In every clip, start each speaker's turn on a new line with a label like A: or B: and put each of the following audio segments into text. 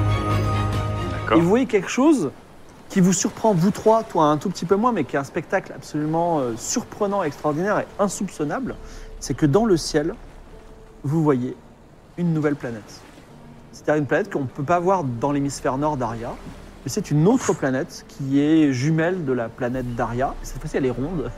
A: Et
B: D'accord.
A: vous voyez quelque chose qui vous surprend, vous trois, toi un tout petit peu moins, mais qui est un spectacle absolument euh, surprenant, extraordinaire et insoupçonnable, c'est que dans le ciel, vous voyez une nouvelle planète. C'est-à-dire une planète qu'on ne peut pas voir dans l'hémisphère nord d'Aria, mais c'est une autre planète qui est jumelle de la planète d'Aria. Cette fois-ci, elle est ronde.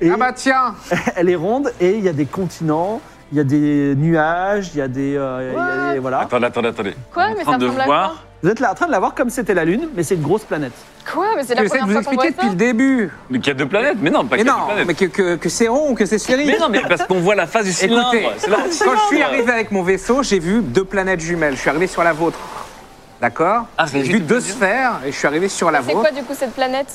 A: Et
B: Ah bah tiens
A: Elle est ronde et il y a des continents, il y a des nuages, il y a des... euh, il y a des- voilà.
C: Attendez, attendez, attendez.
D: Quoi
C: On est
D: Mais
C: en
D: ça
C: train
D: me
C: de
D: semble
C: voir.
A: Vous êtes là en train de la voir comme c'était la Lune, mais c'est une grosse planète.
D: Quoi Mais c'est la
E: J'essaie de
D: première
E: vous
D: fois qu'on
E: expliquer
D: voit
E: depuis
D: ça.
E: le début.
C: Mais qu'il y a deux planètes Mais non, pas
E: Mais
C: qu'il y a deux
E: non,
C: planètes.
E: mais que, que, que c'est rond, que c'est serré.
C: Mais non, mais parce qu'on voit la face du cylindre.
E: Écoutez,
C: C'est la-
E: quand je suis arrivé avec mon vaisseau, j'ai vu deux planètes jumelles. Je suis arrivé sur la vôtre. D'accord
C: Ah, c'est
E: J'ai vu
C: juste
E: deux
C: une planète.
E: sphères et je suis arrivé sur la
D: C'est quoi
E: vôtre.
D: du coup cette planète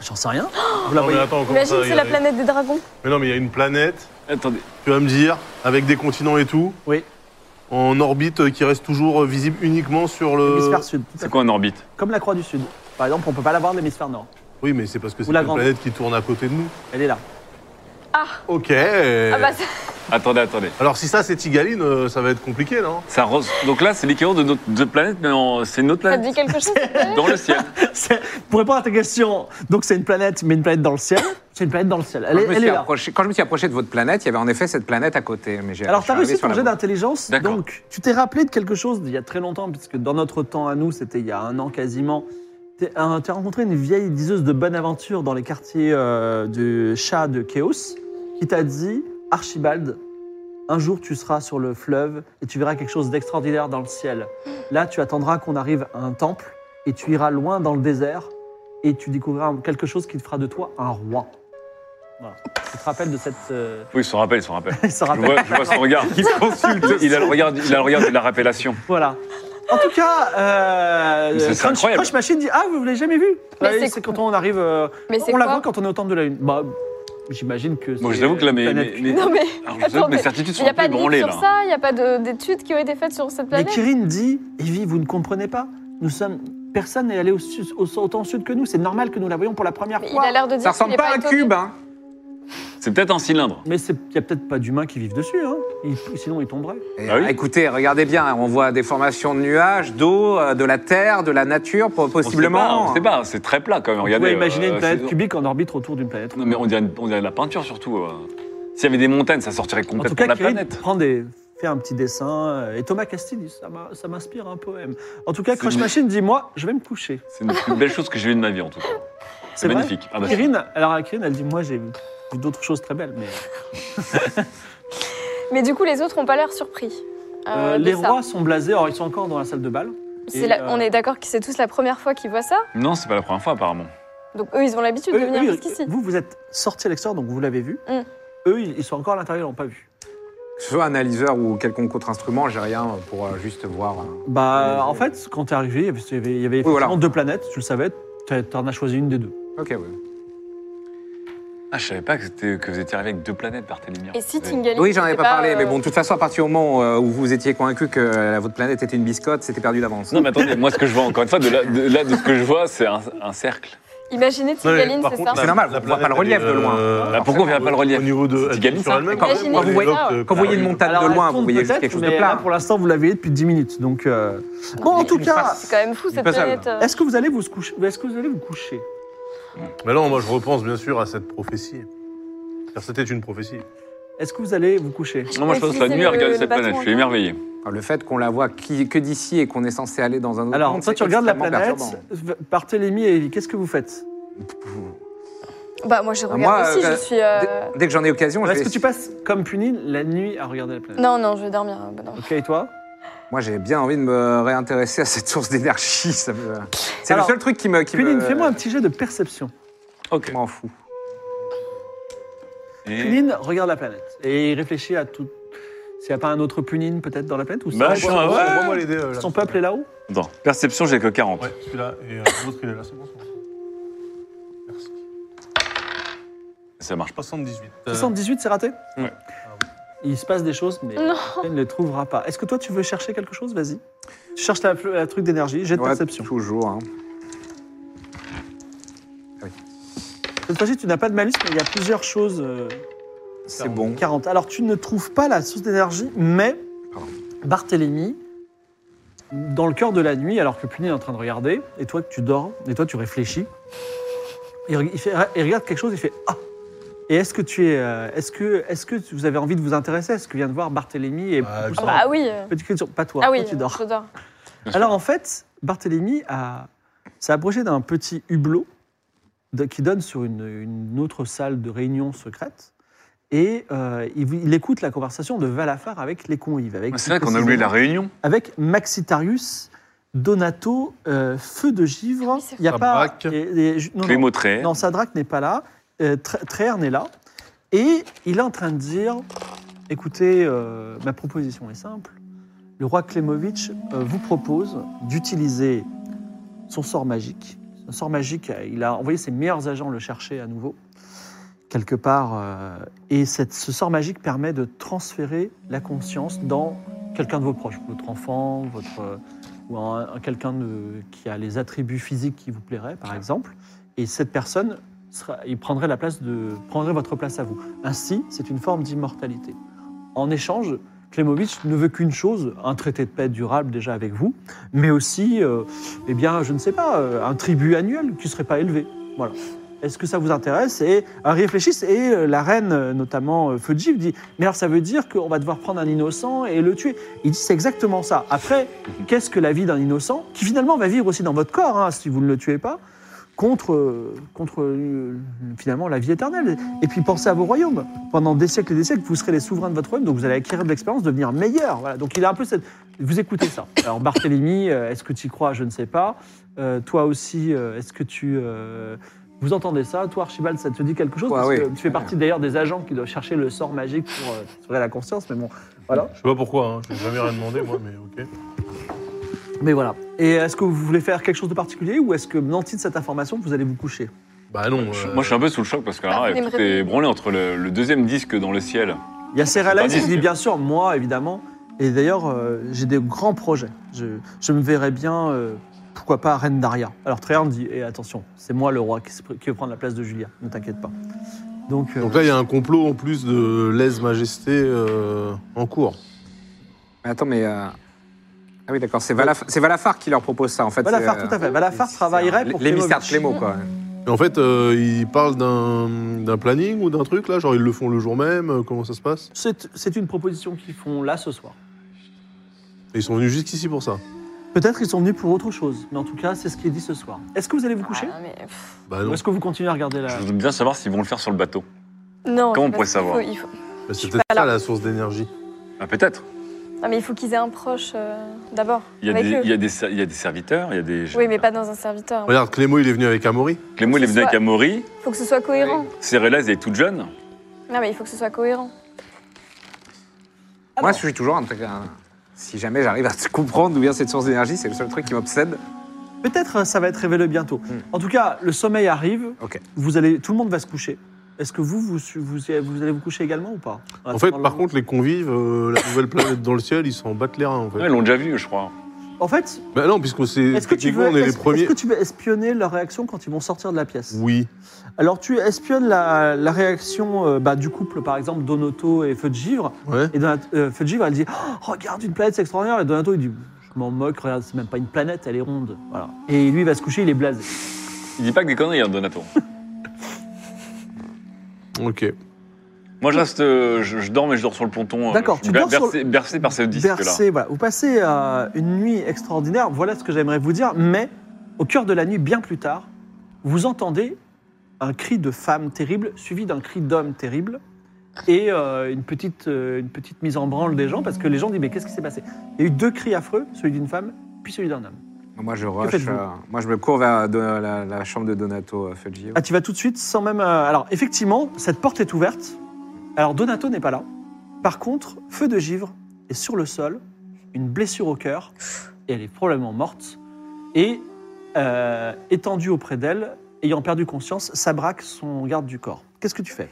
A: J'en sais rien. Vous Oh, la
F: Non mais
A: voyez
F: attends, comment
D: Imagine
F: ça,
D: c'est la
F: regardez
D: planète des dragons.
F: Mais non, mais il y a une planète,
C: Attendez.
F: tu vas me dire, avec des continents et tout.
A: Oui.
F: En orbite euh, qui reste toujours euh, visible uniquement sur le.
A: L'hémisphère sud. tout à
C: C'est
A: fait.
C: quoi en orbite
A: Comme la croix du sud. Par exemple, on peut pas la voir de l'hémisphère nord.
F: Oui, mais c'est parce que
A: Ou
F: c'est
A: la
F: une
A: grande.
F: planète qui tourne à côté de nous.
A: Elle est là.
F: Ok.
D: Ah bah ça-
C: Attendez, attendez.
F: Alors si ça c'est Tigaline, euh, ça va être compliqué, non
C: Ça rose. Donc là, c'est l'équivalent de notre deux planètes, mais en- c'est une autre
D: ça te dit
C: planète.
D: quelque chose cette planète
C: Dans le ciel.
A: C'est- Pour répondre à ta question, donc c'est une planète, mais une planète dans le ciel. Ah, C'est une planète dans le ciel. Elle,
E: Quand
A: est-
E: je, me
A: elle
E: suis
A: est là.
E: approché, quand je me suis approché de votre planète, il y avait en effet cette planète à côté. Mais j'ai-
A: Alors, t'as
E: je suis arrivé
A: réussi
E: sur
A: ton
E: la
A: jet
E: vôtre.
A: d'intelligence.
C: D'accord.
A: Donc, tu t'es rappelé de quelque chose d'il y a très longtemps, puisque dans notre temps à nous, c'était il y a un an quasiment. T'es- un- T'as rencontré une vieille diseuse de bonne aventure dans les quartiers euh, du chat de Chaos, qui t'a dit Archibald, un jour tu seras sur le fleuve et tu verras quelque chose d'extraordinaire dans le ciel. Là, tu attendras qu'on arrive à un temple et tu iras loin dans le désert et tu découvriras quelque chose qui te fera de toi un roi. Voilà. Tu te rappelles de cette. euh,
C: Oui, il s'en rappelle, il s'en rappelle. Je
A: ce rappel
C: vois, je vois son regard. Il consulte. Il a le regard, il a le regard de la rappellation.
A: Voilà. En tout cas, euh,
C: Mais c'est- c'est
A: Crunch,
C: incroyable.
A: Crunch Machine dit Ah, vous ne l'avez jamais vu
D: Mais
A: Ouais,
D: c'est-
A: C'est quand on arrive. euh,
D: Mais c'est
A: on la voit
D: quoi
A: quand on est au temple de la Lune. Bah, j'imagine que.
C: Bon,
A: c'est
C: je vous avoue que là,
A: une
C: mes,
A: planète
C: mes,
A: qui-
C: mes-
D: Non mais
C: alors, je vous avoue que mes
D: attendez,
C: certitudes
D: il
C: sont
D: n'y
C: un
D: a pas
C: peu
D: de livre
C: branlées,
D: sur
C: là.
D: ça, il n'y a pas de- d'études qui ont été faites sur cette
A: Mais
D: planète.
A: Kirin dit Evie, vous ne comprenez pas. Nous sommes. Personne n'est allé au su- au- autant au sud que nous. C'est normal que nous la voyons pour la première
D: Mais il
A: fois.
D: a l'air de dire
E: Ça
D: qu'il
E: ressemble
D: est
E: pas à un
D: étonné.
E: cube, hein
C: C'est peut-être un cylindre.
A: Mais c'est- il n'y a peut-être pas d'humains qui vivent dessus. Hein. Ils- sinon, ils tomberaient.
E: Et,
C: Bah oui.
E: euh, Écoutez, regardez bien, on voit des formations de nuages, d'eau, euh, de la terre, de la nature, po-
C: On sait pas,
E: possiblement.
C: On sait pas, c'est très plat quand même.
A: On
C: Regardez.
A: pourrait imaginer
C: euh,
A: une planète
C: c'est-
A: cubique en orbite autour d'une planète.
C: Non, mais on dirait, une- on dirait de la peinture surtout. euh. S'il y avait des montagnes, ça sortirait
A: En tout
C: complètement de
A: cas,
C: la
A: Kirin
C: planète.
A: prend des, fait un petit dessin. euh, Et Thomas Castille dit ça m'a- Ça m'inspire un poème. En tout cas,
C: C'est
A: Crush
C: une-
A: Machine dit Moi, je vais me coucher.
C: C'est une des plus belle chose que j'ai vue de ma vie en tout cas. C'est
A: vrai
C: magnifique. Ah bah, c'est-
A: Kirin, alors Kirin, elle dit Moi, j'ai vu d'autres choses très belles, mais.
D: Mais du coup les autres n'ont pas l'air surpris. euh,
A: Euh,
D: de
A: les
D: ça.
A: rois sont blasés, alors ils sont encore dans la salle de bal.
D: C'est
A: et,
D: la-
A: euh,
D: On est d'accord que c'est tous la première fois qu'ils voient ça,
C: Non, c'est pas la première fois apparemment.
D: donc eux ils ont l'habitude de
A: Eux-
D: venir
A: eux,
D: jusqu'ici.
A: vous, vous êtes sortis à l'extérieur, donc vous l'avez vu.
D: Mm.
A: Eux, ils ils sont encore à l'intérieur, ils l'ont pas vu.
E: Que ce soit analyseur ou quelconque autre instrument, j'ai rien pour euh, juste voir. hein.
A: Bah,
E: Euh,
A: en fait, quand t'es arrivé, il y avait, il y avait effectivement
E: voilà.
A: deux planètes, tu le savais, t'as- t'en as choisi une des deux.
E: Ok, oui.
C: Ah, je savais pas que, c'était- que vous étiez arrivé avec deux planètes, Barthélemy.
D: Et si
C: Vous avez-
D: Tingali
E: Oui, j'en avais
D: n'était
E: pas, parlé, mais
D: euh,
E: bon, de toute façon, à partir du moment euh, où vous étiez convaincu que euh, votre planète était une biscotte, c'était perdu d'avance.
C: Non, mais attendez, moi ce que je vois encore une fois, de là, de, là, de ce que je vois, c'est un, un cercle.
D: Imaginez
F: Non, mais
D: Tingaline,
F: par
D: c'est
F: contre,
D: ça
E: la- C'est normal, on voit pas le relief
F: elle
E: de
F: est,
E: loin.
F: euh,
C: Bah, pourquoi on verra pas le relief
F: Au niveau de.
C: C'est
F: elle
C: Tigaline,
F: est sur
C: ça
F: elle-même,
D: Imaginez.
F: quand même,
E: Quand vous
F: elle
D: voyez-
F: est
E: Quand vous voyez une montagne
A: euh, Alors,
E: de loin,
A: elle
E: vous
A: tourne
E: voyez juste
A: peut-être,
E: quelque chose de
A: mais
E: plat.
A: là, pour l'instant, vous la voyez depuis 10 minutes, donc. euh, Bon, en tout cas,
D: C'est quand même fou
E: Il
D: cette
E: passe à-
D: planète. euh.
A: est-ce que vous allez vous se coucher Est-ce que vous allez vous coucher
F: Mais non, moi je repense bien sûr à cette prophétie. Car c'était une prophétie.
A: Est-ce que vous allez vous coucher
C: Non, moi je passe la
D: Utiliser
C: nuit à
D: le-
C: regarder
D: le
C: cette
D: bâton
C: planète, je suis
D: encore.
C: émerveillé.
E: Enfin, le fait qu'on la voit qui- que d'ici et qu'on est censé aller dans un autre
A: Alors,
E: monde,
A: toi,
E: c'est
A: tu regardes la
E: extrêmement
A: planète.
E: perturbant.
A: Barthélemy et Evie, qu'est-ce que vous faites
D: Bah, moi, je regarde
E: moi,
D: aussi,
E: euh,
D: je suis. euh,
E: Dès que j'en ai occasion, je
A: Est-ce
E: vais-
A: que tu passes, comme puni, la nuit à regarder la planète
D: Non, non, je vais dormir. euh, bah, non.
A: Ok, et toi
E: moi j'ai bien envie de me réintéresser à cette source d'énergie. ça me- C'est le
A: Alors,
E: seul truc qui me. Qui
A: Punine,
E: me-
A: fais-moi un petit jet de perception.
E: Je m'en fous.
C: Et...
A: Punine regarde la planète et réfléchit à tout. S'il n'y a pas un autre Punine peut-être dans la planète ou
C: Bah,
A: son-
C: je suis
A: son-
C: un- ouais.
A: son-
F: moi l'aider. euh, là.
A: Son peuple est là-haut
C: Attends, perception, j'ai que 40.
F: Ouais, celui-là. Et euh, l'autre, il est là, c'est bon. c'est bon. Merci.
C: Ça marche pas.
F: 78. euh,
A: 78, c'est raté
C: Ouais.
A: Il se passe des choses, mais
D: Non.
A: elle ne le trouvera pas. Est-ce que toi, tu veux chercher quelque chose Vas-y. Tu cherches la, la truc d'énergie, jet de
E: Ouais,
A: perception.
E: Toujours. hein.
A: Cette fois-ci, tu n'as pas de malus, mais il y a plusieurs choses. euh,
E: C'est bon.
A: 40. Alors, tu ne trouves pas la source d'énergie, mais
E: Pardon.
A: Barthélemy, dans le cœur de la nuit, alors que Puny est en train de regarder, et toi, que tu dors, et toi, tu réfléchis, il, re- il fait- il regarde quelque chose, il fait Ah Et est-ce que tu es. euh, Est-ce que, est que vous avez envie de vous intéresser à ce que vient de voir Barthélemy et
F: Ah,
A: pousse
D: Ah,
A: en-
D: bah, ah oui. euh,
A: Petite question, pas toi,
D: Ah oui,
A: toi, tu dors.
D: je dors.
A: Alors, en fait, Barthélemy a- s'est approché d'un petit hublot de- qui donne sur une, une autre salle de réunion secrète. Et euh, il, il écoute la conversation de Valafar avec les convives. Avec,
C: C'est vrai qu'on a oublié la réunion.
A: Avec Maxitarius, Donato, euh, Feu de Givre.
D: Ah Oui, c'est
A: Il y a pas.
F: Sadraque.
A: et- et- ju- non, non,
C: Clément Trey.
A: non, Sadraque n'est pas là. Euh, Tr- Tréherne est là. Et il est en train de dire écoutez, euh, ma proposition est simple. Le roi Klemovitch euh, vous propose d'utiliser son sort magique. Un sort magique, euh, il a envoyé ses meilleurs agents le chercher à nouveau, quelque part. euh, et cette- ce sort magique permet de transférer la conscience dans quelqu'un de vos proches, votre enfant, votre, euh, ou un, un- quelqu'un de- qui a les attributs physiques qui vous plairaient, par exemple. Et cette personne, sera- il prendrait, la place de, prendrait votre place à vous. Ainsi, c'est une forme d'immortalité. En échange, Klemovitch ne veut qu'une chose, un traité de paix durable déjà avec vous, mais aussi, euh, eh bien, je ne sais pas, euh, un tribut annuel qui ne serait pas élevé. Voilà. Est-ce que ça vous intéresse Et euh, réfléchissent, et euh, la reine, euh, notamment euh, Feu de Givre, dit Mais alors ça veut dire qu'on va devoir prendre un innocent et le tuer. Il dit C'est exactement ça. Après, qu'est-ce que la vie d'un innocent, qui finalement va vivre aussi dans votre corps, hein, si vous ne le tuez pas, contre, euh, contre euh, finalement la vie éternelle Et puis pensez à vos royaumes pendant des siècles et des siècles, vous serez les souverains de votre royaume, donc vous allez acquérir de l'expérience, devenir meilleur. Voilà. Donc il a un peu cette. Vous écoutez ça. Alors Barthélemy, euh, est-ce que tu y crois Je ne sais pas. Euh, toi aussi, euh, est-ce que tu. euh, Vous entendez ça Toi, Archibald, ça te dit quelque chose
E: Ouais,
A: Parce
E: oui.
A: que Tu fais partie d'ailleurs des agents qui doivent chercher le sort magique pour euh, sauver la conscience, mais bon, voilà.
F: Je sais pas pourquoi, hein, je n'ai jamais rien demandé, moi, mais ok.
A: Mais voilà. Et est-ce que vous voulez faire quelque chose de particulier ou est-ce que, nanti de cette information, vous allez vous coucher
F: Bah non.
C: Je-
F: euh,
C: Moi, je suis un peu sous le choc parce que
D: Ah,
C: là,
D: vous
C: tout
D: aimeriez-
C: est branlé entre le, le deuxième disque dans le ciel.
A: Il y a Serralès
C: Pas
A: qui dit
C: dit.
A: bien sûr, moi évidemment. Et d'ailleurs, euh, j'ai des grands projets. Je, je me verrais bien, euh, pourquoi pas, reine Daria. Alors Tréherne dit, et attention, c'est moi le roi qui, se pr- qui veut prendre la place de Julia, ne t'inquiète pas. Donc, euh,
F: Donc là, il y a un complot en plus de lèse-majesté euh, en cours.
E: Mais attends, mais. euh, Ah oui, d'accord, c'est Valaf- c'est Valafar qui leur propose ça en fait.
A: Valafar,
E: c'est, euh,
A: tout à fait. Valafar
E: c'est-
A: travaillerait
E: c'est
A: pour
E: Les mystères de
A: Klemovic.
E: Clémo, quoi.
F: Mais en fait, euh, ils parlent d'un d'un planning ou d'un truc, là Genre, ils le font le jour même euh, Comment ça se passe
A: C'est c'est une proposition qu'ils font là ce soir.
F: Et Ils sont venus jusqu'ici pour ça
A: Peut-être qu'ils sont venus pour autre chose, mais en tout cas, c'est ce qui est dit ce soir. Est-ce que vous allez vous coucher
D: Ah, mais, pff,
F: Bah
A: Ou
F: non.
A: est-ce que vous continuez à regarder la...
C: Je voudrais bien savoir s'ils vont le faire sur le bateau. Comment on
D: Non. c'est
C: pourrait
D: parce
C: savoir
D: qu'il faut- il
F: Bah, C'est
D: suis
F: peut-être
D: pas
F: ça
D: là.
F: la source d'énergie.
C: Ah, peut-être.
D: faut- Ah, mais il faut qu'ils aient un proche euh, d'abord.
C: Il y, a
D: avec
C: des,
D: eux.
C: il, y a des, ser- il y a des serviteurs, il y a des.
D: Oui, mais pas dans un serviteur.
F: Regarde, Clémo, il est venu avec Amaury.
C: Clément, il est venu avec Amaury.
D: Faut que ce soit cohérent.
C: Cérélèse est toute jeune.
D: Non, mais il faut que ce soit cohérent. Ah
E: Moi, je suis toujours un truc. un- Si jamais j'arrive à comprendre d'où vient cette source d'énergie, c'est le seul truc qui m'obsède.
A: Peut-être euh, ça va être révélé bientôt.
F: Hmm.
A: En tout cas, le sommeil arrive.
E: Ok.
A: Vous allez, tout le monde va se coucher. Est-ce que vous, vous, vous, vous allez vous coucher également ou pas
F: En fait, par contre, les convives, euh, la nouvelle planète dans le ciel, ils s'en battent les reins, en fait.
C: Ouais, ils l'ont déjà vu, je crois.
A: En fait,
F: Bah non, puisqu'on sait.
A: est-ce que, tu
F: techniquement,
A: veux,
F: on est les
A: est-ce-
F: premiers. Hmm.
A: est-ce que tu veux espionner leur réaction quand ils vont sortir de la pièce
F: Oui.
A: Alors, tu espionnes la, la réaction euh, bah, du couple, par exemple, Donato et Feu de Givre.
F: Ouais.
A: Et Donat- euh, Feu de Givre, elle dit Oh, Regarde, une planète, c'est extraordinaire. Et Donato, il dit Je m'en moque, regarde, c'est même pas une planète, elle est ronde. Voilà. Et lui, il va se coucher, il est blasé.
C: Il dit pas que des conneries, hein, Donato.
F: Ok.
C: Moi, je reste. euh, je, je dors, mais je dors sur le ponton. euh,
A: D'accord,
C: je suis
A: tu dors
C: ber-
A: sur le-
C: bercé, bercé par ce disque-là.
A: Bercé, voilà. Vous passez euh, une nuit extraordinaire, voilà ce que j'aimerais vous dire, mais au cœur de la nuit, bien plus tard, vous entendez un cri de femme terrible suivi d'un cri d'homme terrible et euh, une, petite, euh, une petite mise en branle des gens parce que les gens disent mais qu'est-ce qui s'est passé Il y a eu deux cris affreux, celui d'une femme puis celui d'un homme.
E: Moi, je rush.
A: faites-vous
E: euh, moi, je me cours vers Don- la, la chambre de Donato euh, Fugio.
A: Ah, tu vas tout de suite sans même... euh, Alors effectivement, cette porte est ouverte. Alors Donato n'est pas là. Par contre, Feu de Givre est sur le sol, une blessure au cœur, et elle est probablement morte. Et euh, étendue auprès d'elle, ayant perdu conscience, Sabrak, son garde du corps. Qu'est-ce que tu fais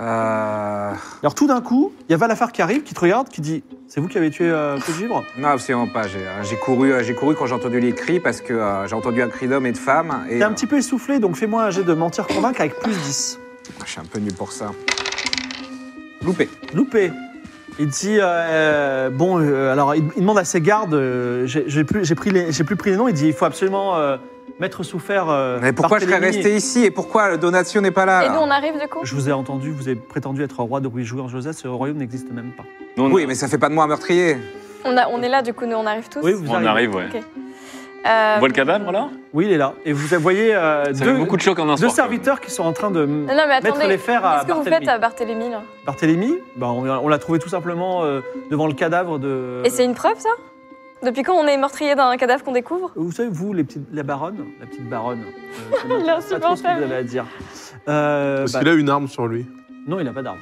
E: Euh,
A: Alors tout d'un coup, il y a Valafar qui arrive, qui te regarde, qui dit « C'est vous qui avez tué euh, Feu de Givre
E: non, absolument pas. J'ai euh, j'ai couru, euh, j'ai couru quand j'ai entendu les cris parce que euh, j'ai entendu un cri d'homme et de femme. ?» Et, euh.
A: T'es un petit peu essoufflé, donc fais-moi un jet de mentir-convaincre avec plus 10.
E: euh, Je suis un peu nul pour ça. Loupé.
A: Loupé. Il dit euh, bon euh, alors il, il demande à ses gardes euh, j'ai j'ai plus j'ai pris les j'ai plus pris les noms il dit il faut absolument euh, mettre sous fer euh,
E: Mais pourquoi je serais
A: Barthélemy.
E: resté ici et pourquoi le Donatio n'est pas là
D: Et nous,
E: alors
D: on arrive du coup
A: Ah. Je vous ai entendu vous avez prétendu être roi de Louis Jouer Joseph ce royaume n'existe même pas.
C: Nous, on,
E: Oui, mais ça fait pas de moi un meurtrier.
D: on, a- on est là, du coup, nous, on arrive tous.
A: Oui, vous
C: on arrive, ouais.
D: Ok. Euh,
C: On voit le cadavre, là
A: Oui, il est là et vous voyez euh,
C: Ça fait
A: deux,
C: beaucoup de choc en un
A: deux
C: soir, quand même.
A: serviteurs qui sont en train de
D: Non, non, mais
A: mettre
D: attendez.
A: les fers à
D: Qu'est-ce que vous
A: Barthélemy.
D: faites à Barthélemy là
A: Barthélemy, bah, on, on l'a trouvé tout simplement euh, devant le cadavre de
D: Et c'est une preuve, ça Depuis quand on est meurtrier d'un cadavre qu'on découvre
A: Euh, Vous savez, vous, les petites, la baronne, la petite baronne. euh, ça
D: Il est
A: m'intéresse pas trop ce que vous
D: insupportable.
A: avez à dire. Euh,
F: Parce
A: bah,
F: qu'il a une arme sur lui.
A: Non, il n'a pas d'arme.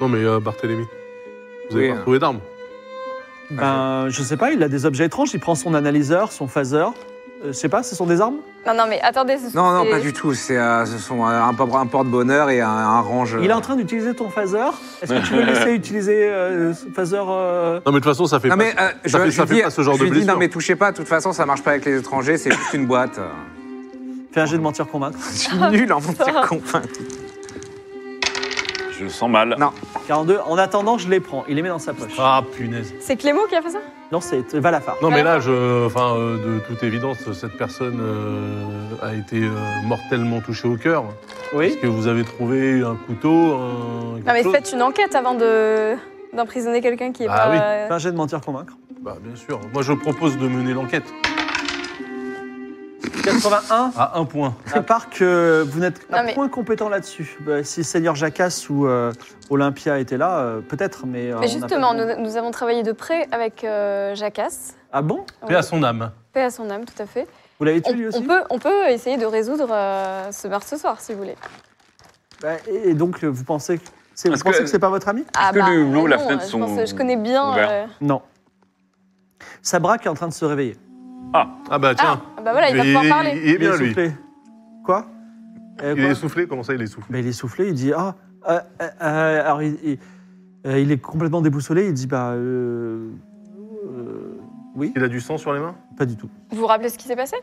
F: Non, mais euh, Barthélemy. Vous avez
E: Oui,
F: pas
E: hein.
F: retrouvé d'arme
A: Ben, je sais pas, il a des objets étranges, il prend son analyseur, son phaser. Euh, je sais pas, ce sont des armes
D: Non, non, mais attendez. ce-
E: Non, non,
D: c'est-
E: pas du tout. C'est, euh, ce sont euh, un, un porte-bonheur et un, un range.
F: Euh.
E: euh,
A: Il est en train d'utiliser ton phaser. Est-ce que tu veux le laisser utiliser euh, ce phaser euh,
F: Non, mais de toute façon, ça fait
E: Non
F: pas.
E: mais euh, je, je
F: fait- ça
E: lui
F: fait
E: dis-
F: pas ce genre
E: je
F: de
E: lui dis,
F: blessure.
E: non mais touchez pas, de toute façon ça marche pas avec les étrangers, c'est juste une boîte. euh.
A: Fais un jet de mentir-convaincre.
E: Je suis nul en mentir convaincu.
C: Je le sens mal.
E: Non.
A: 42. En attendant, je les prends. Il les met dans sa poche.
F: Ah, punaise.
D: C'est Clément qui a fait ça
A: Non, c'est Valafar.
F: Non, mais là, je, enfin, euh, de toute évidence, cette personne euh, a été euh, mortellement touchée au cœur. Est-ce
D: Euh.
A: Oui
F: que vous avez trouvé un couteau un- quelque
D: Non, mais
F: chose
D: faites une enquête avant de d'emprisonner quelqu'un qui est
F: Ah
D: pas.
F: oui.
D: euh,
A: Fais un jet de mentir-convaincre.
F: Bah, bien sûr. Moi, je propose de mener l'enquête
A: 81.
F: à un point.
A: À part que vous n'êtes à
D: Ah. Non, mais-
A: point compétent là-dessus. Bah, si Seigneur Jacasse ou euh, Olympia étaient là, euh, peut-être, mais. euh, on n'a
D: Mais
A: pas
D: justement,
A: de-
D: nous, nous avons travaillé de près avec euh, Jacasse.
A: Ah bon
F: Paix à son âme.
D: Paix à son âme, tout à fait.
A: Vous l'avez
D: On,
A: tué lui
D: on
A: aussi
D: peut, on peut essayer de résoudre euh, ce meurtre ce soir, si vous voulez.
A: Bah, Et et donc, euh, vous pensez que c'est- vous
C: Parce que-
A: pensez que c'est pas votre ami
D: Ah
C: que le hublot, la
D: non,
C: fenêtre
D: je
C: sont
D: pense- je connais bien.
C: ouverts
D: euh,
A: Non. Sabrak est en train de se réveiller.
F: Ah bah
D: Ah,
F: tiens.
D: bah voilà, il va pouvoir parler.
F: il est bien,
A: est
F: lui.
A: soufflé. Quoi Euh,
F: Il est
A: quoi
F: essoufflé. Comment ça, il est essoufflé
A: Ben, Il est soufflé, il dit Ah, euh, euh, euh, alors il, il- euh, il est complètement déboussolé, il dit Bah, euh, euh, oui,
F: Il a du sang sur les mains
A: pas du tout.
D: Vous vous rappelez ce qui s'est passé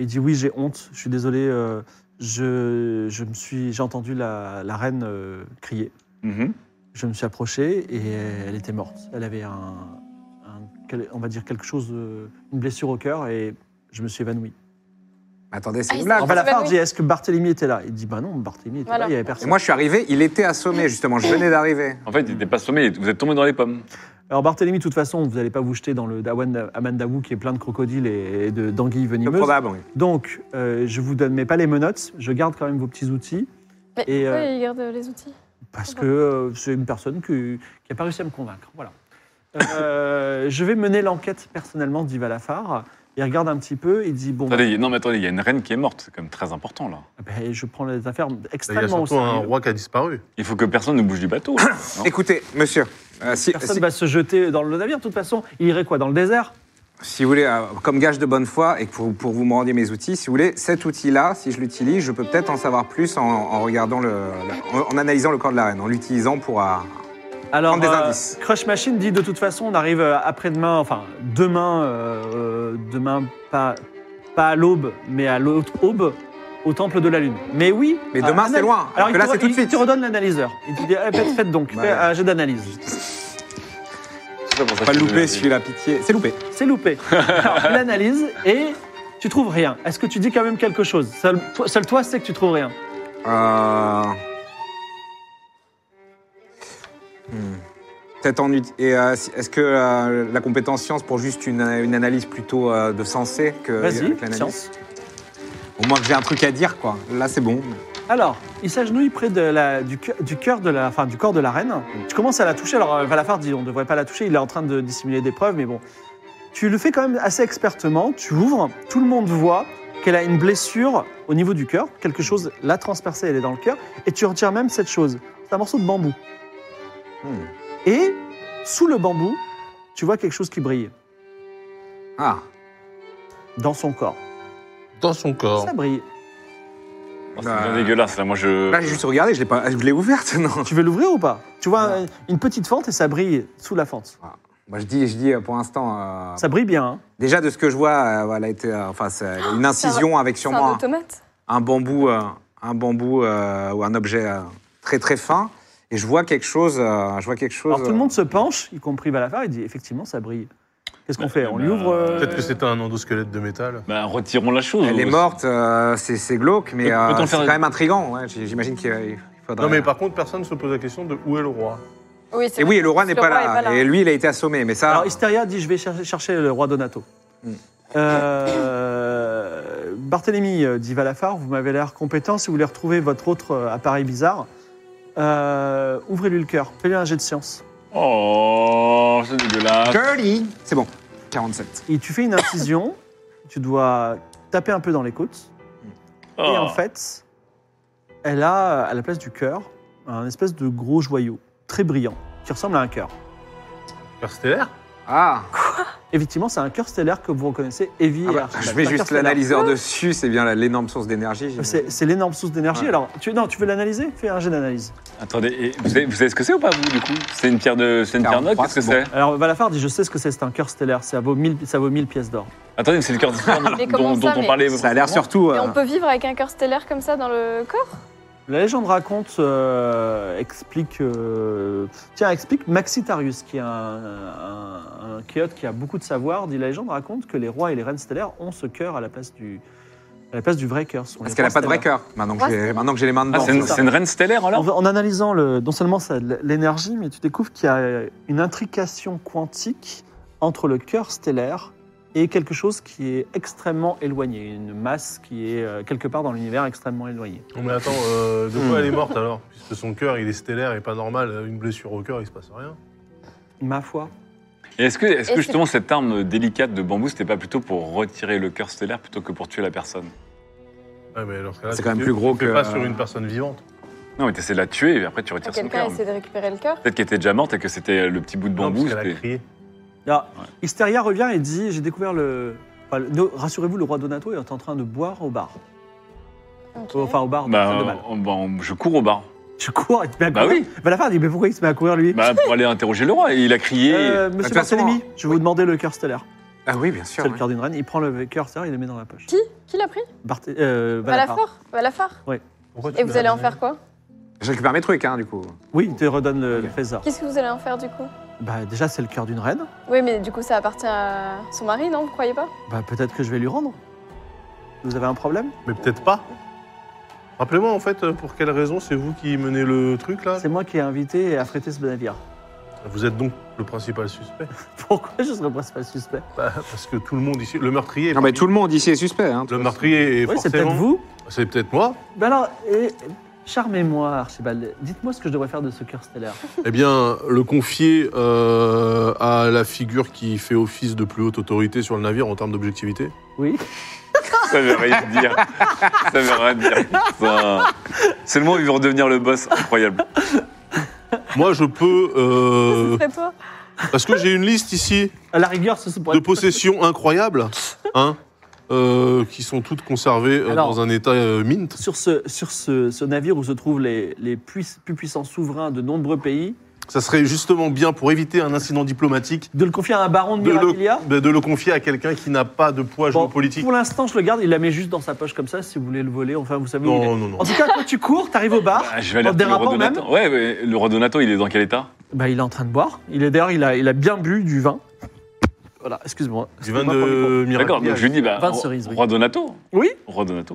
A: Il dit Oui, j'ai honte, je suis désolé, euh, je, je me suis, j'ai entendu la, la reine euh, crier.
C: Mhm.
A: Je me suis approché et elle était morte. Elle avait un, un- quel- on va dire quelque chose, euh, une blessure au cœur et je me suis évanoui.
E: Attendez, c'est
D: Ah,
E: une
D: il-
E: blague.
A: Alors Valafar
D: s'évanouit.
A: dit Est-ce que Barthélemy était là Il dit Bah non, Barthélemy était
D: Voilà.
A: là, il y avait
E: Et
A: personne.
E: moi je suis arrivé, il était assommé justement, je venais d'arriver.
C: En fait, il n'était pas sommé, vous êtes tombé dans les pommes.
A: Alors Barthélemy, de toute façon, vous n'allez pas vous jeter dans le Dawan Amandawu qui est plein de crocodiles et de- d'anguilles
E: Peu
A: venimeuses.
E: probable, oui.
A: Donc, euh, je vous donne mais pas les menottes, je garde quand même vos petits outils
D: Mais
A: Et,
D: pourquoi
A: euh,
D: il garde les outils
A: parce que euh, c'est une personne que- qui n'a pas réussi à me convaincre. Voilà. Euh, je vais mener l'enquête personnellement, dit Valafar. Il regarde un petit peu, il dit Bon,
C: Attendez, non mais attendez, il y a une reine qui est morte, c'est quand même très important là.
A: ben, je prends les affaires
F: Il y a
A: extrêmement au
F: surtout
E: hein,
F: un
A: sérieux.
F: roi qui a disparu.
C: Il faut que personne ne bouge du bateau. là, non
E: Écoutez, monsieur, euh, si,
A: Personne
E: si,
A: ne va se jeter dans le navire, de toute façon. Il irait quoi Dans le désert
E: si vous voulez, euh, comme gage de bonne foi et que pour, pour vous me rendiez mes outils, si vous voulez, cet outil-là, si je l'utilise, je peux peut-être en savoir plus en, en regardant le, le- en, en analysant le corps de la reine, en l'utilisant pour... euh,
A: Alors,
E: Prendre des
A: euh,
E: indices.
A: Crush Machine dit de toute façon, on arrive euh, après-demain, enfin demain, euh, euh, demain pas, pas à l'aube, mais à l'autre aube, au temple de la lune. Mais oui.
E: Mais
F: Ah,
E: demain,
A: euh,
E: c'est loin, alors
A: il
E: que là,
A: te re-
E: c'est tout de
A: il
E: suite.
A: te redonne l'analyseur. Il te dit, eh, faites, faites donc,
E: Bah,
A: fais
E: ouais.
A: un jet d'analyse.
C: C'est pour ça
E: Pas
C: que
E: le
C: je
E: louper
C: l'ai dit.
E: celui-là, pitié. C'est loupé.
A: C'est loupé. Alors, il analyse et tu trouves rien. Est-ce que tu dis quand même quelque chose seul, toi- seul toi, c'est que tu trouves rien.
E: Euh... Hmm. Sept ans d'ut- Et euh, si- est-ce que euh, la compétence science pour juste une, euh, une analyse plutôt euh, de sensé que
A: Vas-y,
E: que l'analyse
A: science.
E: Au moins que j'ai un truc à dire, quoi. Là, c'est bon.
A: Alors, il s'agenouille près de la, du, cœur- du cœur de la, enfin, du corps de la reine. Tu commences à la toucher. Alors, euh, Valafar dit on ne devrait pas la toucher. Il est en train de dissimuler des preuves, mais bon. Tu le fais quand même assez expertement. Tu ouvres. Tout le monde voit qu'elle a une blessure au niveau du cœur. Quelque chose l'a transpercée. Elle est dans le cœur. Et tu retires même cette chose. C'est un morceau de bambou.
E: Hmm.
A: Et sous le bambou, tu vois quelque chose qui brille
E: Ah,
A: dans son corps.
F: Dans son corps.
A: Ça brille.
C: Oh, c'est
E: Bah.
C: bien dégueulasse, là. Moi, je.
A: bah,
E: là, j'ai juste regardé, je l'ai pas... je l'ai ouverte, non
A: Tu veux l'ouvrir ou pas Tu vois
E: Non.
A: un- une petite fente et ça brille sous la fente.
E: Moi, je dis, je dis euh, pour l'instant. euh,
A: Ça brille bien. hein.
E: Déjà, de ce que je vois, euh, elle a été. euh, enfin, c'est une incision avec
D: C'est un
E: sûrement
D: dos de tomate.
E: un bambou, euh, un bambou euh, ou un objet euh, très très fin. Et je vois quelque chose. euh, je vois quelque chose.
A: Alors tout le monde se penche, y compris Valafar, il dit effectivement ça brille. Qu'est-ce qu'on fait On lui
C: bah,
A: ouvre. euh,
F: Peut-être que c'était un endosquelette de métal.
C: Bah, retirons la chose.
E: Elle est morte, euh, c'est c'est glauque, mais
C: Peut-
E: euh,
C: peut-on
E: c'est
C: faire-
E: quand même intrigant. ouais. J- J'imagine qu'il euh, il faudrait. euh,
F: Non, mais par contre, personne ne se pose la question de où est le roi.
D: Oui, c'est
E: Et oui,
D: vrai.
E: le roi n'est pas, là. Et lui, il a été assommé. Mais ça.
A: Alors Hysteria dit je vais chercher, chercher le roi Donato.
E: Hmm.
A: Euh, Barthélemy euh, dit Valafar, vous m'avez l'air compétent. Si vous voulez retrouver votre autre euh, appareil bizarre, euh, ouvrez-lui le cœur. Fais-lui un jet de science.
C: Oh, c'est dégueulasse.
E: Curly C'est bon. 47.
A: Et tu fais une incision. tu dois taper un peu dans les côtes. Et en
C: Oh.
A: fait, elle a à la place du cœur un espèce de gros joyau très brillant qui ressemble à un cœur.
F: Père stellaire
E: Ah,
A: Effectivement, c'est un cœur stellaire que vous reconnaissez, Evie.
E: Ah
A: et
E: bah,
A: Archibald.
E: Je mets
A: C'est un cœur
E: juste
A: stellaire.
E: l'analyseur dessus, c'est bien la- l'énorme source d'énergie. j'imagine.
A: C'est c'est l'énorme source d'énergie.
E: Ouais.
A: Alors, tu, non, tu veux l'analyser Fais un jet d'analyse.
C: Attendez, et vous, savez, vous savez ce que c'est ou pas, vous, du coup C'est une pierre de. C'est une pierre noire
E: 43,
C: Qu'est-ce que
E: c'est
C: c'est
A: Alors, Valafar dit Je sais ce que c'est, c'est un cœur stellaire. Ça vaut 1000 ça vaut 1000 pièces d'or.
C: Attendez, mais c'est une pierre de
D: Mais
C: dont,
D: comment
C: dont
D: ça,
C: on
D: mais-
C: parlait. Ah,
E: Ça a l'air surtout.
D: Et
E: euh,
D: on peut vivre avec un cœur stellaire comme ça dans le corps
A: La légende raconte, euh, explique. euh, tiens, explique Maxitarius, qui est un, un, un chaote qui a beaucoup de savoir. Dit La légende raconte que les rois et les reines stellaires ont ce cœur à la place du, à la place du vrai cœur. Ce sont les
E: Parce qu'elle n'a
A: rois
E: pas de vrai
A: stellaires.
E: cœur. Maintenant que
D: Ouais,
E: j'ai- maintenant que j'ai les mains
C: Ah,
E: dedans.
C: c'est une,
A: c'est ça.
C: c'est une reine stellaire alors
A: En, en analysant le, non seulement ça a de l'énergie, mais tu découvres qu'il y a une intrication quantique entre le cœur stellaire et quelque chose qui est extrêmement éloigné, une masse qui est euh, quelque part dans l'univers extrêmement éloignée.
F: Non, mais attends, euh, de quoi
E: Hmm.
F: elle est morte alors Puisque son cœur, il est stellaire et pas normal. Une blessure au cœur, il se passe rien.
A: Ma foi.
C: Et Est-ce que, est-ce
D: Et
C: que
D: c'est-
C: justement cette arme délicate de bambou, c'était pas plutôt pour retirer le cœur stellaire plutôt que pour tuer la personne
F: Ouais, Ah, mais dans ce cas-là,
E: C'est
F: tu
E: quand même
F: fais-
E: plus
F: tu
E: gros
F: fais
E: que-
F: pas sur une personne vivante.
C: Non, mais t'essaies de la tuer et après tu retires son
D: Quelqu'un
C: cœur.
D: essaie de récupérer le cœur
C: Peut-être qu'elle était déjà morte et que c'était le petit bout de
F: Non,
C: bambou.
F: parce qu'elle a
C: c'était-
F: crié.
A: Alors,
C: Ouais.
A: Hysteria Ah, revient et dit J'ai découvert le. enfin, le- no- Rassurez-vous, le roi Donato est en train de boire au bar.
D: Ok.
A: Enfin, au bar, dans la
C: Bah,
A: salle de bal.
C: on- bah, on- je cours au bar.
A: Je cours, il te met à
C: Bah
A: courir.
C: oui,
A: Valafar dit Mais pourquoi il se met à courir lui
C: bah, pour aller interroger le roi. Et il a crié.
A: Euh,
E: de
A: Monsieur
E: toute façon,
A: Barthélemy, je vais vous
E: oui.
A: demander le cœur stellaire.
E: Ah oui, bien sûr.
A: C'est le
E: oui.
A: cœur d'une reine. Il prend le cœur stellaire, il le met dans la poche.
D: Qui Qui l'a pris
A: Barthé- euh, Valafar.
D: Valafar. Valafar.
F: Pourquoi tu
D: Et
F: me
D: vous
F: l'as
D: allez en
F: donné
D: faire quoi
E: Je récupère mes trucs, hein, du coup.
A: Oui, il te redonne le,
E: Ok.
A: le trésor.
D: Qu'est-ce que vous allez en faire du coup
A: Bah, déjà, c'est le cœur d'une reine.
D: Oui, mais du coup, ça appartient à son mari, non Vous croyez pas
A: Bah, peut-être que je vais lui rendre. Vous avez un problème
F: Mais peut-être pas. Rappelez-moi en fait, pour quelle raison c'est vous qui menez le truc là
A: C'est moi qui ai invité et affrété ce navire.
F: Vous êtes donc le principal suspect.
A: Pourquoi je serais presque pas suspect
F: Bah, parce que tout le monde ici, le meurtrier. est
E: Non, mais tout le monde ici est suspect. Hein.
F: Le meurtrier est
A: Oui, c'est peut-être
F: forcément-
A: vous.
F: C'est peut-être moi.
A: Bah alors, et- charmez-moi, Archibald. Dites-moi ce que je devrais faire de ce cœur stellaire.
F: Eh bien, le confier euh, à la figure qui fait office de plus haute autorité sur le navire en termes d'objectivité.
A: Oui
C: Ça veut rien dire. Ça veut rien dire. Putain. Seulement, il veut redevenir le boss. Incroyable.
F: Moi, je peux euh,
D: Ce serait pas.
F: parce que j'ai une liste ici
A: À la rigueur, ce pourrait
F: de
A: être-
F: possessions incroyables, hein, euh, qui sont toutes conservées euh,
A: Alors-
F: dans un état euh, mint.
A: Sur, ce, sur ce, ce navire où se trouvent les, les puis- plus puissants souverains de nombreux pays,
F: Ça serait justement bien pour éviter un incident diplomatique
A: de le confier à un baron de
F: de
A: Mirabilia
F: le, de le confier à quelqu'un qui n'a pas de poids
A: Bon,
F: géopolitique.
A: Pour l'instant, je le garde. Il la met juste dans sa poche comme ça, si vous voulez le voler. Enfin, vous savez où il est.
F: Non, non, non.
A: En tout cas, quand tu cours, t'arrives au bar.
C: Ah, je vais aller
A: En
C: appeler le roi
A: dérapant,
C: Donato. Ouais, ouais, le roi Donato, il est dans quel état
A: Bah, il est en train de boire. Il est d'ailleurs, il a, il a bien bu du vin. Voilà, excuse-moi.
F: Du vin
A: Excuse-moi pour le con.
F: de
C: D'accord, donc je lui
F: miracle.
C: dis, bah,
A: Vingt
C: ro-
A: cerises, oui.
C: roi Donato.
A: Oui,
C: euh, Roi Donato.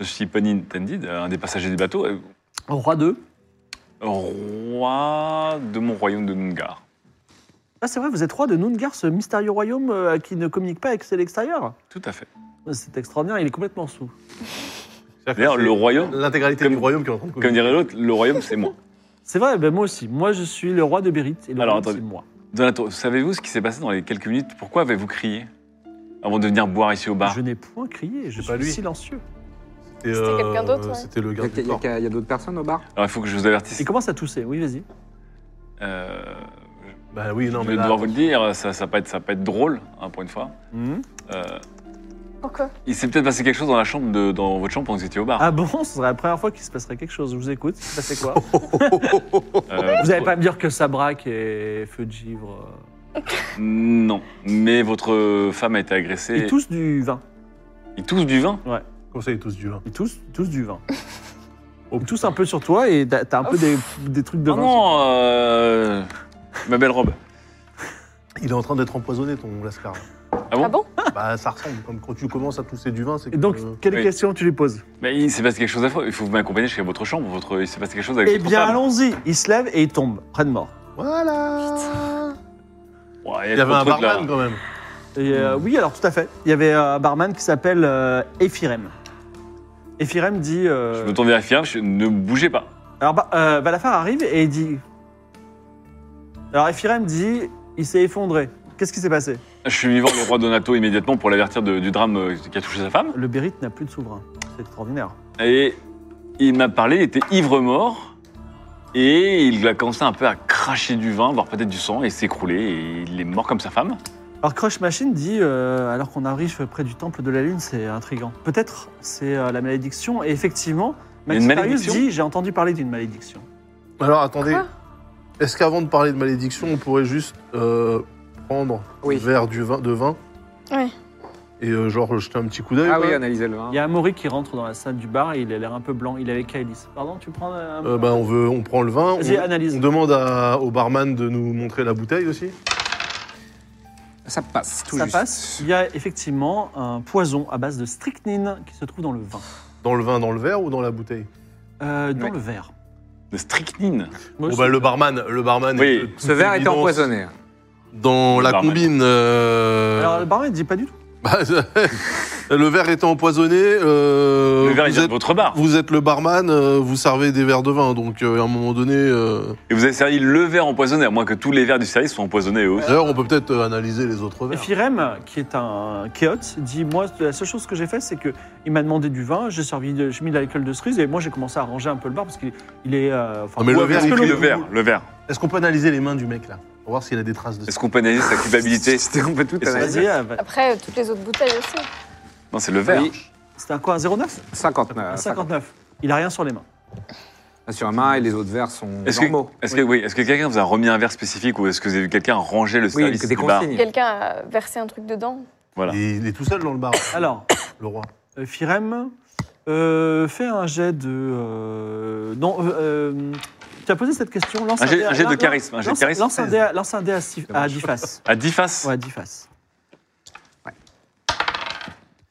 C: Je suis Pun intended, un des passagers du bateau. Euh,
A: au roi 2.
C: roi de mon royaume de Nungar.
A: Ah, c'est vrai, vous êtes roi de Noongar, ce mystérieux royaume euh, qui ne communique pas avec l'extérieur.
C: Tout à fait.
A: C'est extraordinaire, il est complètement sous.
F: C'est-à-dire que
C: D'ailleurs,
F: c'est
C: le royaume,
F: L'intégralité
C: comme-
F: du royaume qui est en train de
C: comme
F: couper.
C: dirait l'autre, le royaume, c'est moi.
A: C'est vrai, ben moi aussi. Moi, je suis le roi de Bérite et le
C: Alors,
A: royaume, c'est
C: attendez.
A: moi.
C: Donato, savez-vous ce qui s'est passé dans les quelques minutes Pourquoi avez-vous crié avant de venir boire ici au bar
A: Je n'ai point crié, je
F: Bah. C'est pas
A: suis
F: lui.
A: silencieux.
F: C'était
D: quelqu'un d'autre, ouais.
F: euh, C'était le
E: Il y a,
F: garde
E: il
F: du
E: y a-
F: corps.
E: il y a- il y a d'autres personnes au bar
C: Alors, il faut que je vous avertisse.
A: Il commence à tousser, oui, vas-y.
C: Euh,
F: Bah oui, non,
C: je
F: mais
C: vais
F: là,
C: devoir vous le dire, ça, ça, va, pas être, ça va pas être drôle, hein, pour une fois.
F: Hmm.
C: Euh,
D: Pourquoi
C: il s'est peut-être passé quelque chose dans, la chambre de, dans votre chambre pendant que vous étiez au bar.
A: Ah bon, ce serait la première fois qu'il se passerait quelque chose. Je vous écoute, il se passait quoi
F: Oh,
C: Euh,
A: Vous n'allez pas me dire que ça braque et feu de givre. euh.
C: Non, mais votre femme a été agressée.
A: Ils tous du vin.
C: Ils toussent du vin
F: comme ça, ils tous du vin.
A: Ils tous, tous du vin. Ils tous un peu sur toi et t'as t'as un peu des, des trucs de
C: Ah
A: vin.
C: non, euh, ma belle robe.
F: Il est en train d'être empoisonné, ton Lascar.
C: Ah bon
D: Ah bon
F: bah, ça ressemble. Comme quand tu commences à tousser du vin, c'est que. euh,
A: Et donc, quelle
C: Euh, oui.
A: question tu lui poses
C: Mais il s'est passé quelque chose à fois. Il faut vous m'accompagner jusqu'à votre chambre. Votre... Il s'est passé quelque chose avec
A: Eh
C: votre
A: bien,
C: femme.
A: allons-y. Il se lève et il tombe, près de mort.
F: Voilà
C: Ouais,
F: Il y avait
C: trop
F: un
C: de trucs, là.
F: barman quand même.
A: Et, euh, Oui, alors tout à fait. Il y avait euh, un barman qui s'appelle euh, Ephirem. Ephirem dit. euh,
C: Je me tourne vers la firme, je... ne bougez pas.
A: Alors, bah, euh, Balafar arrive et il dit. Alors, Ephirem dit il s'est effondré. Qu'est-ce qui s'est passé
C: Je suis venu voir le roi Donato immédiatement pour l'avertir de- du drame euh, qui a touché sa femme.
A: Le Bérite n'a plus de souverain. C'est extraordinaire.
C: Et il m'a parlé, il était ivre-mort. Et il a commencé un peu à cracher du vin, voire peut-être du sang, et s'écrouler. Et il est mort comme sa femme.
A: Alors, Crush Machine dit euh, alors qu'on arrive près du temple de la lune, c'est intriguant. Peut-être c'est euh, la malédiction. Et effectivement,
C: Il y a une
A: Max Farius
C: malédiction
A: dit j'ai entendu parler d'une malédiction.
F: Alors attendez,
D: Quoi
F: est-ce qu'avant de parler de malédiction, on pourrait juste euh, prendre
E: Oui.
F: un verre du vin, de vin
D: Ouais.
F: Et euh, genre jeter un petit coup d'œil
E: Ah
F: quoi.
E: oui, analyser le vin.
A: Il y a Amaury qui rentre dans la salle du bar et il a l'air un peu blanc. Il est avec Kailis. Pardon, tu prends. euh,
F: Euh, bah, on, veut, on prend le vin,
A: Vas-y,
F: on,
A: analyse.
F: on demande à- au barman de nous montrer la bouteille aussi.
E: Ça passe, tout
A: Ça
E: juste.
A: passe. Il y a effectivement un poison à base de strychnine qui se trouve dans le vin.
F: Dans le vin, dans le verre ou dans la bouteille
A: Euh, dans
E: Ouais.
A: le verre.
C: De strychnine.
A: Moi
F: Bon,
A: aussi.
F: bah, Le barman, le barman
C: Oui,
F: est de
E: Ce
F: toute
E: verre était
F: évidence
E: empoisonné. hein.
F: Dans
C: Le
F: la
C: barman.
F: combine. euh,
A: Alors, le barman ne dit pas du tout.
F: bah, le verre était empoisonné. euh,
C: le verre, il
F: vous,
C: vient de
F: êtes,
C: votre bar.
F: vous êtes le barman, euh, vous servez des verres de vin, donc euh, à un moment donné. euh,
C: Et vous avez servi le verre empoisonné, à moins que tous les verres du service soient empoisonnés eux aussi.
F: D'ailleurs, on peut peut-être euh, analyser les autres
A: Et
F: verres.
A: Firem, qui est un chaote, dit Moi, la seule chose que j'ai fait, c'est que il m'a demandé du vin, j'ai servi de, j'ai mis de l'alcool de cerise et moi, j'ai commencé à ranger un peu le bar parce qu'il il est. euh, enfin,
F: Non, mais le
A: ouais,
F: verre,
A: parce
F: il
A: que
F: crie
C: Ah, Le verre, le verre.
F: Est-ce qu'on peut analyser les mains du mec là Pour voir s'il a des traces de
C: Est-ce qu'on peut analyser sa culpabilité
E: C'était- on peut tout
C: Et ça-
E: analyser.
A: Vas-y, euh, va-
D: Après, euh, toutes les autres bouteilles aussi.
C: Non, c'est le verre.
E: Oui,
A: c'était un quoi, un 09 Un
E: 59.
A: 59. Il a rien sur les mains.
E: Sur la main et les autres verres sont
C: Est-ce que,
E: normaux.
C: est-ce que, oui, est-ce que quelqu'un vous a remis un verre spécifique ou est-ce que vous avez vu quelqu'un ranger le
E: Oui,
C: service
E: des
C: du bar
E: consignes.
D: Quelqu'un a versé un truc dedans.
C: Voilà.
F: Il, il est tout seul dans le bar,
A: Alors,
F: le roi.
A: euh, Firem, euh, fais un jet de. euh, non, euh, euh, tu as posé cette question. Lance
C: Un jet-
A: dé à-
C: un jet de
A: lance-
C: charisme, un jet de
A: lance-
C: charisme.
A: Lance un dé à- lance un dé à six- à
E: Dommage.
A: 10 faces.
C: À 10 faces
A: Ouais, 10 faces.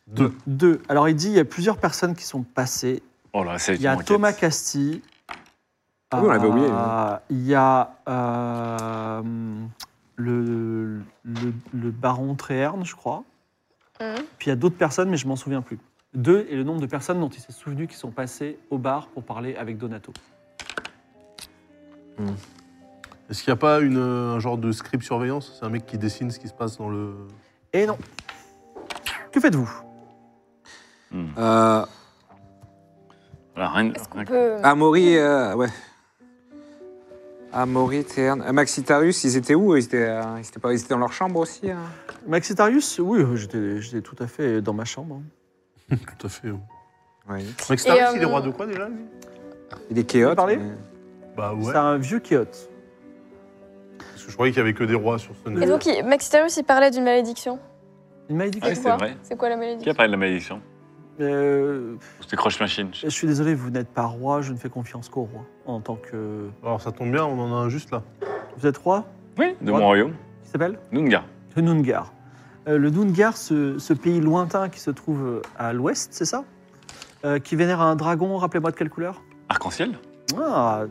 F: Deux.
A: Deux. Alors, il dit il y a plusieurs personnes qui sont passées.
C: Oh là, ça va être
A: Il y a
C: une enquête.
A: Thomas Castille.
E: Ah oui, on l'avait oublié,
A: Euh, Il y a euh, le, le, le baron Tréherne, je crois.
D: Mhm.
A: Puis il y a d'autres personnes, mais je m'en souviens plus. Deux et le nombre de personnes dont il s'est souvenu qui sont passées au bar pour parler avec Donato.
F: Est-ce qu'il n'y a pas une, euh, un genre de script surveillance C'est un mec qui dessine ce qui se passe dans le.
A: Et non. Que faites-vous
E: Euh,
C: Voilà, rien-
D: Est-ce qu'on
C: rien-
D: peut.
E: Amaury, euh, ouais. Amaury, Théerne, euh, Maxitarus, ils étaient où ils étaient, euh, ils, étaient pas, ils étaient dans leur chambre aussi hein
A: Maxitarius, oui, euh, j'étais j'étais tout à fait dans ma chambre. hein.
F: Tout à fait. ouais.
E: Oui.
F: Mec, Starus,
D: euh,
F: il est roi de quoi déjà lui
E: Il est chaotique.
A: parler
E: mais-
F: Bah ouais.
A: C'est un vieux chaote.
F: Parce que je croyais qu'il n'y avait que des rois sur ce
D: Et donc, il- Maxitarius, il parlait d'une malédiction.
A: Il m'a dit
C: Ah
A: que-
C: oui,
D: C'est
C: c'est
D: quoi
C: vrai.
D: C'est quoi la
C: Qui a
D: malédiction
C: parlé de la malédiction
A: Euh,
C: C'était Crush Machine.
A: Je suis désolé, vous n'êtes pas roi, je ne fais confiance qu'au roi. En tant que.
F: Alors ça tombe bien, on en a un juste là.
A: Vous êtes roi
C: Oui, de
A: Ouais.
C: mon royaume.
A: Qui s'appelle
C: Nunga.
A: Le Noungar. Euh, le Noungar, ce, ce pays lointain qui se trouve euh, à l'ouest, c'est ça Euh, Qui vénère un dragon, rappelez-moi de quelle couleur
C: Arc-en-ciel
A: Ah,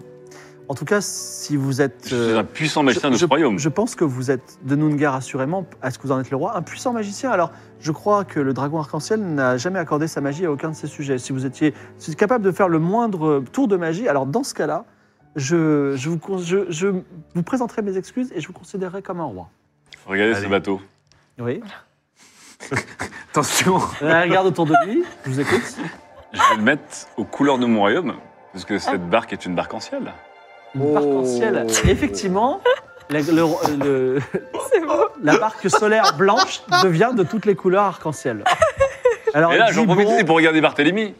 A: En tout cas, si vous êtes.
C: C'est
A: euh,
C: un puissant magicien de ce royaume.
A: je pense que vous êtes de Nungar assurément, à ce que vous en êtes le roi, un puissant magicien. Alors, je crois que le dragon arc-en-ciel n'a jamais accordé sa magie à aucun de ses sujets. Si vous étiez si vous êtes capable de faire le moindre tour de magie, alors dans ce cas-là, je, je vous, con- je, je vous présenterai mes excuses et je vous considérerai comme un roi.
C: Regardez
F: Allez.
C: ce bateau.
A: Oui.
E: Attention
A: Euh, regarde autour de lui, je vous écoute.
C: Je vais le mettre aux couleurs de mon royaume, parce que
A: Ah.
C: cette barque est une barque en ciel.
A: Une barque en ciel.
E: Oh.
A: Effectivement, la, le- le-
D: C'est beau.
A: la barque solaire blanche devient de toutes les couleurs arc-en-ciel. Alors,
C: Et là, j'en
A: dis, bon,
C: profite pour regarder Barthélemy.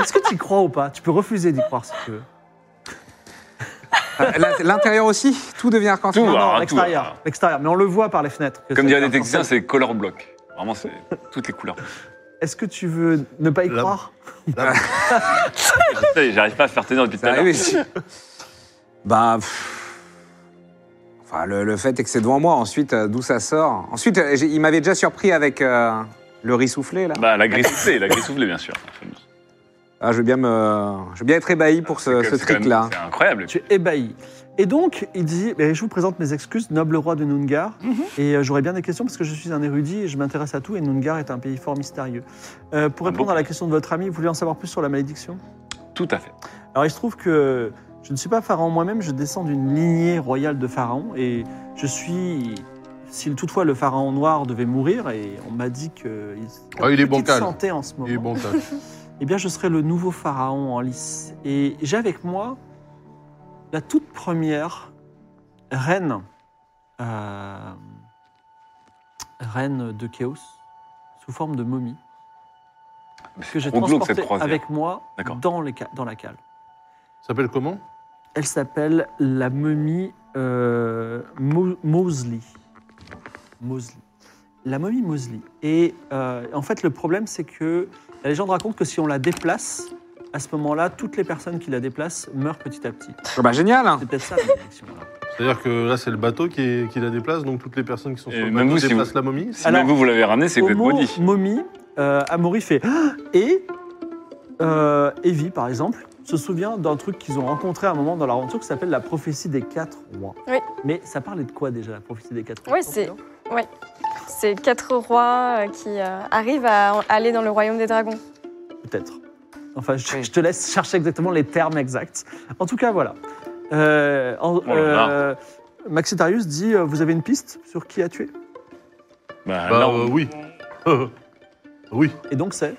A: Est-ce que tu y crois ou pas Tu peux refuser d'y croire si tu veux.
E: Ah, la- L'intérieur aussi Tout devient arc-en-ciel
C: Tout,
A: Non, non,
C: alors,
A: l'extérieur. L'extérieur, mais on le voit par les fenêtres. que
C: Comme
A: c'est
C: dirait
A: un
C: des Texans,
A: arc-en-ciel.
C: c'est color block. Vraiment, c'est toutes les couleurs.
A: Est-ce que tu veux ne pas y
F: Là-
A: croire
C: Putain, J'arrive pas à faire tenir depuis tout
E: C'est
C: à l'heure.
E: arrivé ici. Bah. pff. Enfin, le, le fait est que c'est devant moi. Ensuite, euh, d'où ça sort Ensuite, euh, j'ai- il m'avait déjà surpris avec euh, le riz soufflé, là.
C: Bah, la grille soufflée, la grille soufflée, bien sûr.
E: Ah, je, veux bien me... je veux bien être ébahi pour ce,
C: C'est
E: ce
C: quand même-
E: truc-là.
C: C'est incroyable.
A: Tu es ébahi. Et donc, il dit eh, Je vous présente mes excuses, noble roi de Nungar.
C: Mhm.
A: Et euh, j'aurais bien des questions parce que je suis un érudit et je m'intéresse à tout. Et Nungar est un pays fort mystérieux. Euh, pour
C: Ah
A: répondre
C: bon
A: à la question de votre ami, vous voulez en savoir plus sur la malédiction
C: Tout à fait.
A: Alors, il se trouve que je ne suis pas pharaon moi-même, je descends d'une lignée royale de pharaons et je suis. Si toutefois le pharaon noir devait mourir, et on m'a dit que il
F: Ah, il est
A: petite
F: bancal.
A: santé en ce moment,
F: Il est bon, ça.
A: eh bien, je serai le nouveau pharaon en lice. Et j'ai avec moi la toute première reine, euh, reine de Chaos, sous forme de momie,
C: Mais
A: que j'ai
C: trop glauque,
A: transportée
C: croisière.
A: avec moi
C: D'accord.
A: dans, les ca- dans la cale.
F: Ça s'appelle comment
A: Elle s'appelle la momie euh, Mo- Mosley. Mosley. La momie Mosley. Et euh, en fait, le problème, c'est que la légende raconte que si on la déplace, à ce moment-là, toutes les personnes qui la déplacent meurent petit à petit.
E: Ah bah, génial hein.
A: C'est peut-être ça la malédiction. alors.
F: C'est-à-dire que là, c'est le bateau qui, est- qui la déplace, donc toutes les personnes qui sont sur
C: Et
F: le
C: même
F: bateau
C: vous, si
F: déplacent
C: vous-
F: la momie
C: Si même
A: Alors,
C: vous, vous l'avez ramené, c'est que vous êtes
A: Homo,
C: maudit.
A: momie, euh, Amaury fait Ah et euh, Evie, par exemple, se souvient d'un truc qu'ils ont rencontré à un moment dans leur aventure qui s'appelle la prophétie des quatre rois.
D: Oui.
A: Mais ça parlait de quoi déjà la prophétie des quatre rois
D: Oui, c'est- C'est quatre rois euh, qui euh, arrivent à à aller dans le royaume des dragons.
A: Peut-être. Enfin, je, je te laisse chercher exactement les termes exacts. En tout cas, voilà. Euh, en-
C: Oh là
A: euh, Maxitarius dit euh, Vous avez une piste sur qui a tué
C: Bah,
F: Bah,
C: là,
F: euh,
C: on-
F: oui. oui,
A: Et donc, c'est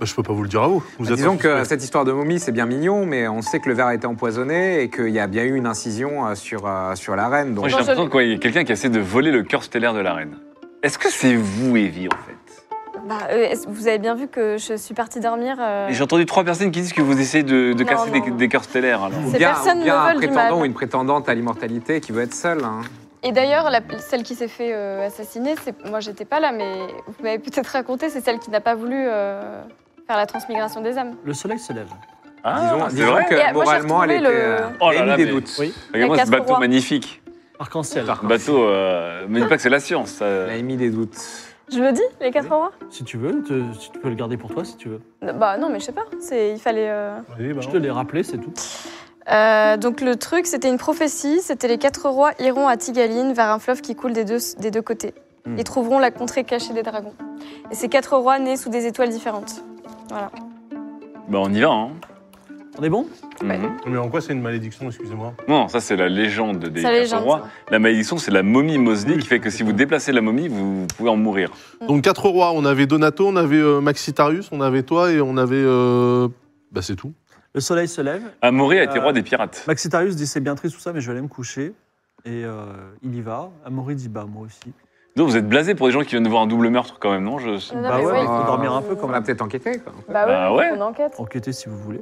F: Bah, je peux pas vous le dire à vous. vous êtes
E: Bah, Disons que
F: insuspect.
E: cette histoire de momie, c'est bien mignon, mais on sait que le verre a été empoisonné et qu'il y a bien eu une incision euh, sur, euh, sur la reine. Donc,
C: Moi, j'ai
D: Non,
C: l'impression
D: je-
C: qu'il y a quelqu'un qui essaie de voler le cœur stellaire de la reine. Est-ce que c'est vous, Evie, en fait
D: Bah, euh, est-ce- vous avez bien vu que je suis partie dormir. euh,
C: Et J'ai entendu trois personnes qui disent que vous essayez de, de
D: Non,
C: casser
D: non,
C: des,
D: non.
C: des cœurs stellaires. alors.
E: ou
D: Ces
E: bien,
D: personnes
E: ou bien
D: me
E: un
D: veulent du
E: prétendant
D: mal.
E: ou une prétendante à l'immortalité qui veut être seule. hein.
D: Et d'ailleurs, la- celle qui s'est fait euh, assassiner, c'est moi j'étais pas là, mais vous m'avez peut-être raconté, c'est celle qui n'a pas voulu euh, faire la transmigration des âmes.
A: Le soleil se lève.
E: disons
C: Ah, c'est
E: disons
C: vrai
E: que
D: Et euh, moi, j'ai
E: moralement, elle était.
D: retrouvé le-
E: euh,
C: Oh
E: elle a
C: là
E: eu
C: là,
E: des
C: mais-
E: doutes.
A: Oui.
C: Regardez-moi
D: Les
C: ce
D: quatre
C: bateau
D: rois.
C: magnifique.
A: Arc-en-ciel.
C: Un bateau, euh, mais dis pas que c'est la science. ça.
E: Elle a émis des doutes.
D: Je le dis, les quatre rois
A: Si tu veux, te- si tu peux le garder pour toi si tu veux.
D: Non, Bah non, mais je sais pas, c'est il fallait. euh,
F: Oui, bah,
A: Je te l'ai rappelé, c'est tout.
D: Euh, donc le truc, c'était une prophétie, c'était les quatre rois iront à Tigaline vers un fleuve qui coule des deux, des deux côtés.
E: Hmm.
D: Ils trouveront la contrée cachée des dragons. Et ces quatre rois nés sous des étoiles différentes. Voilà.
C: Bah, on y va. Hein.
A: On est bon
D: Ouais.
C: Mhm.
F: Mais en quoi c'est une malédiction, excusez-moi
C: Non, ça c'est la légende des
D: C'est la
C: quatre
D: légende.
C: rois.
D: ça.
C: La malédiction, c'est la momie Mosley
F: Oui.
C: qui fait que si vous déplacez la momie, vous pouvez en mourir.
F: Donc quatre rois, on avait Donato, on avait euh, Maxitarius, on avait toi et on avait... euh, Bah c'est tout.
A: Le soleil se lève.
C: Amoré Ah, a été
A: Euh,
C: roi des pirates.
A: Maxitarius dit C'est bien triste tout ça, mais je vais aller me coucher. Et euh, il y va. Amaury dit Bah, moi aussi.
C: Donc vous êtes blasé pour des gens qui viennent de voir un double meurtre quand même, non Je-
D: Euh, Non,
A: bah
D: mais
A: ouais,
D: oui.
A: il faut dormir un peu quand
E: On a
A: même.
E: peut-être enquêté. Quoi.
D: Bah ouais,
C: Bah ouais.
D: on enquête.
A: Enquêtez si vous voulez.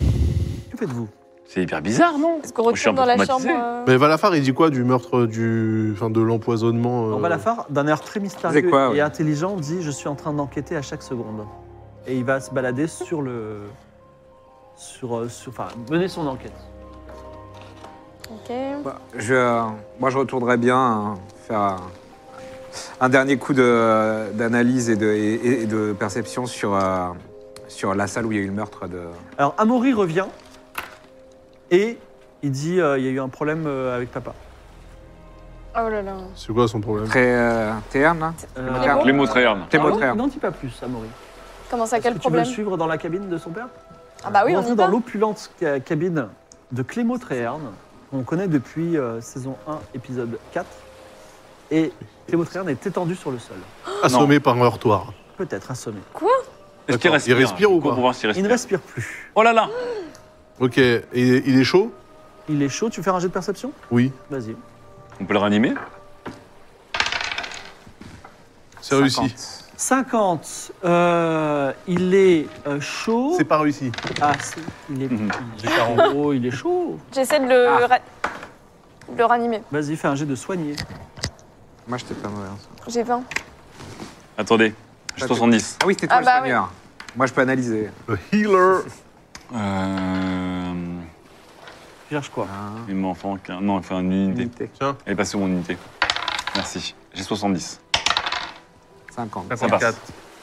A: Que faites-vous
C: C'est hyper bizarre, non
D: Est-ce qu'on
C: Je suis un
D: retourne
C: peu
D: dans la chambre
C: traumatisé.
D: euh,
F: Mais Valafar, il dit quoi du meurtre, du... Enfin, de l'empoisonnement euh,
A: On va la faire d'un air très
E: C'est
A: mystérieux
E: quoi,
A: et
E: ouais.
A: intelligent, dit je suis en train d'enquêter à chaque seconde. Et il va se balader sur le. Sur, euh, sur- enfin, mener son enquête.
D: Ok.
E: Bah, je, moi, je retournerais bien hein, faire un, un dernier coup de- d'analyse et de, et- et de perception sur, euh, sur la salle où il y a eu le meurtre de.
A: Alors, Amaury revient Et il dit euh, il y a eu un problème euh, avec papa.
D: Oh là là.
F: C'est quoi son problème
E: Très euh, terne, là.
A: Euh,
E: Clément
D: Clément.
C: Les mots traînent.
E: Clément
A: Arnaud,
E: Traire.
A: N'en dis pas plus, Amaury.
D: Comment ça,
A: Est-ce
D: quel
A: que tu veux
D: problème
A: le suivre dans la cabine de son père
D: Ah bah oui,
A: On
D: on
A: rentre
D: y
A: dans
D: va.
A: l'opulente ca- cabine de Clément Tréherne, qu'on connaît depuis euh, saison 1, épisode 4. Et Clément Tréherne est étendu sur le sol,
F: Assommé par un heurtoir.
A: peut-être assommé.
C: Est-ce qu'il
F: D'accord.
C: respire
F: Il respire ou
C: Pour
F: pas
C: voir s'il
A: Il ne
C: respire.
A: respire plus.
C: Oh là là
F: Ok, et il est chaud
A: Il est chaud, tu veux faire un jet de perception
F: Oui.
A: Vas-y.
C: On peut le réanimer
F: C'est réussi.
E: 50.
A: 50. euh, il est euh, chaud.
F: C'est pas réussi.
A: Ah, si, il est,
C: Mhm.
A: il est en gros, Oh, il est chaud.
D: J'essaie de le,
E: Ah.
D: ra- de le ranimer.
A: Vas-y, fais un jet de soigner.
E: Moi, j'étais pas mauvais. hein. en ça.
D: J'ai 20.
C: Attendez, j'ai
E: Ok.
C: 70.
E: Ah oui, c'était toi
D: Ah bah
E: le soigneur. Moi, je peux analyser.
F: Le healer.
C: Euh...
A: Tu cherches quoi
E: Ah,
C: Il m'en manque un. Non, il fait une unité.
E: Unité.
C: Elle est passée où mon unité Merci. J'ai 70.
E: 50.
C: Ça passe.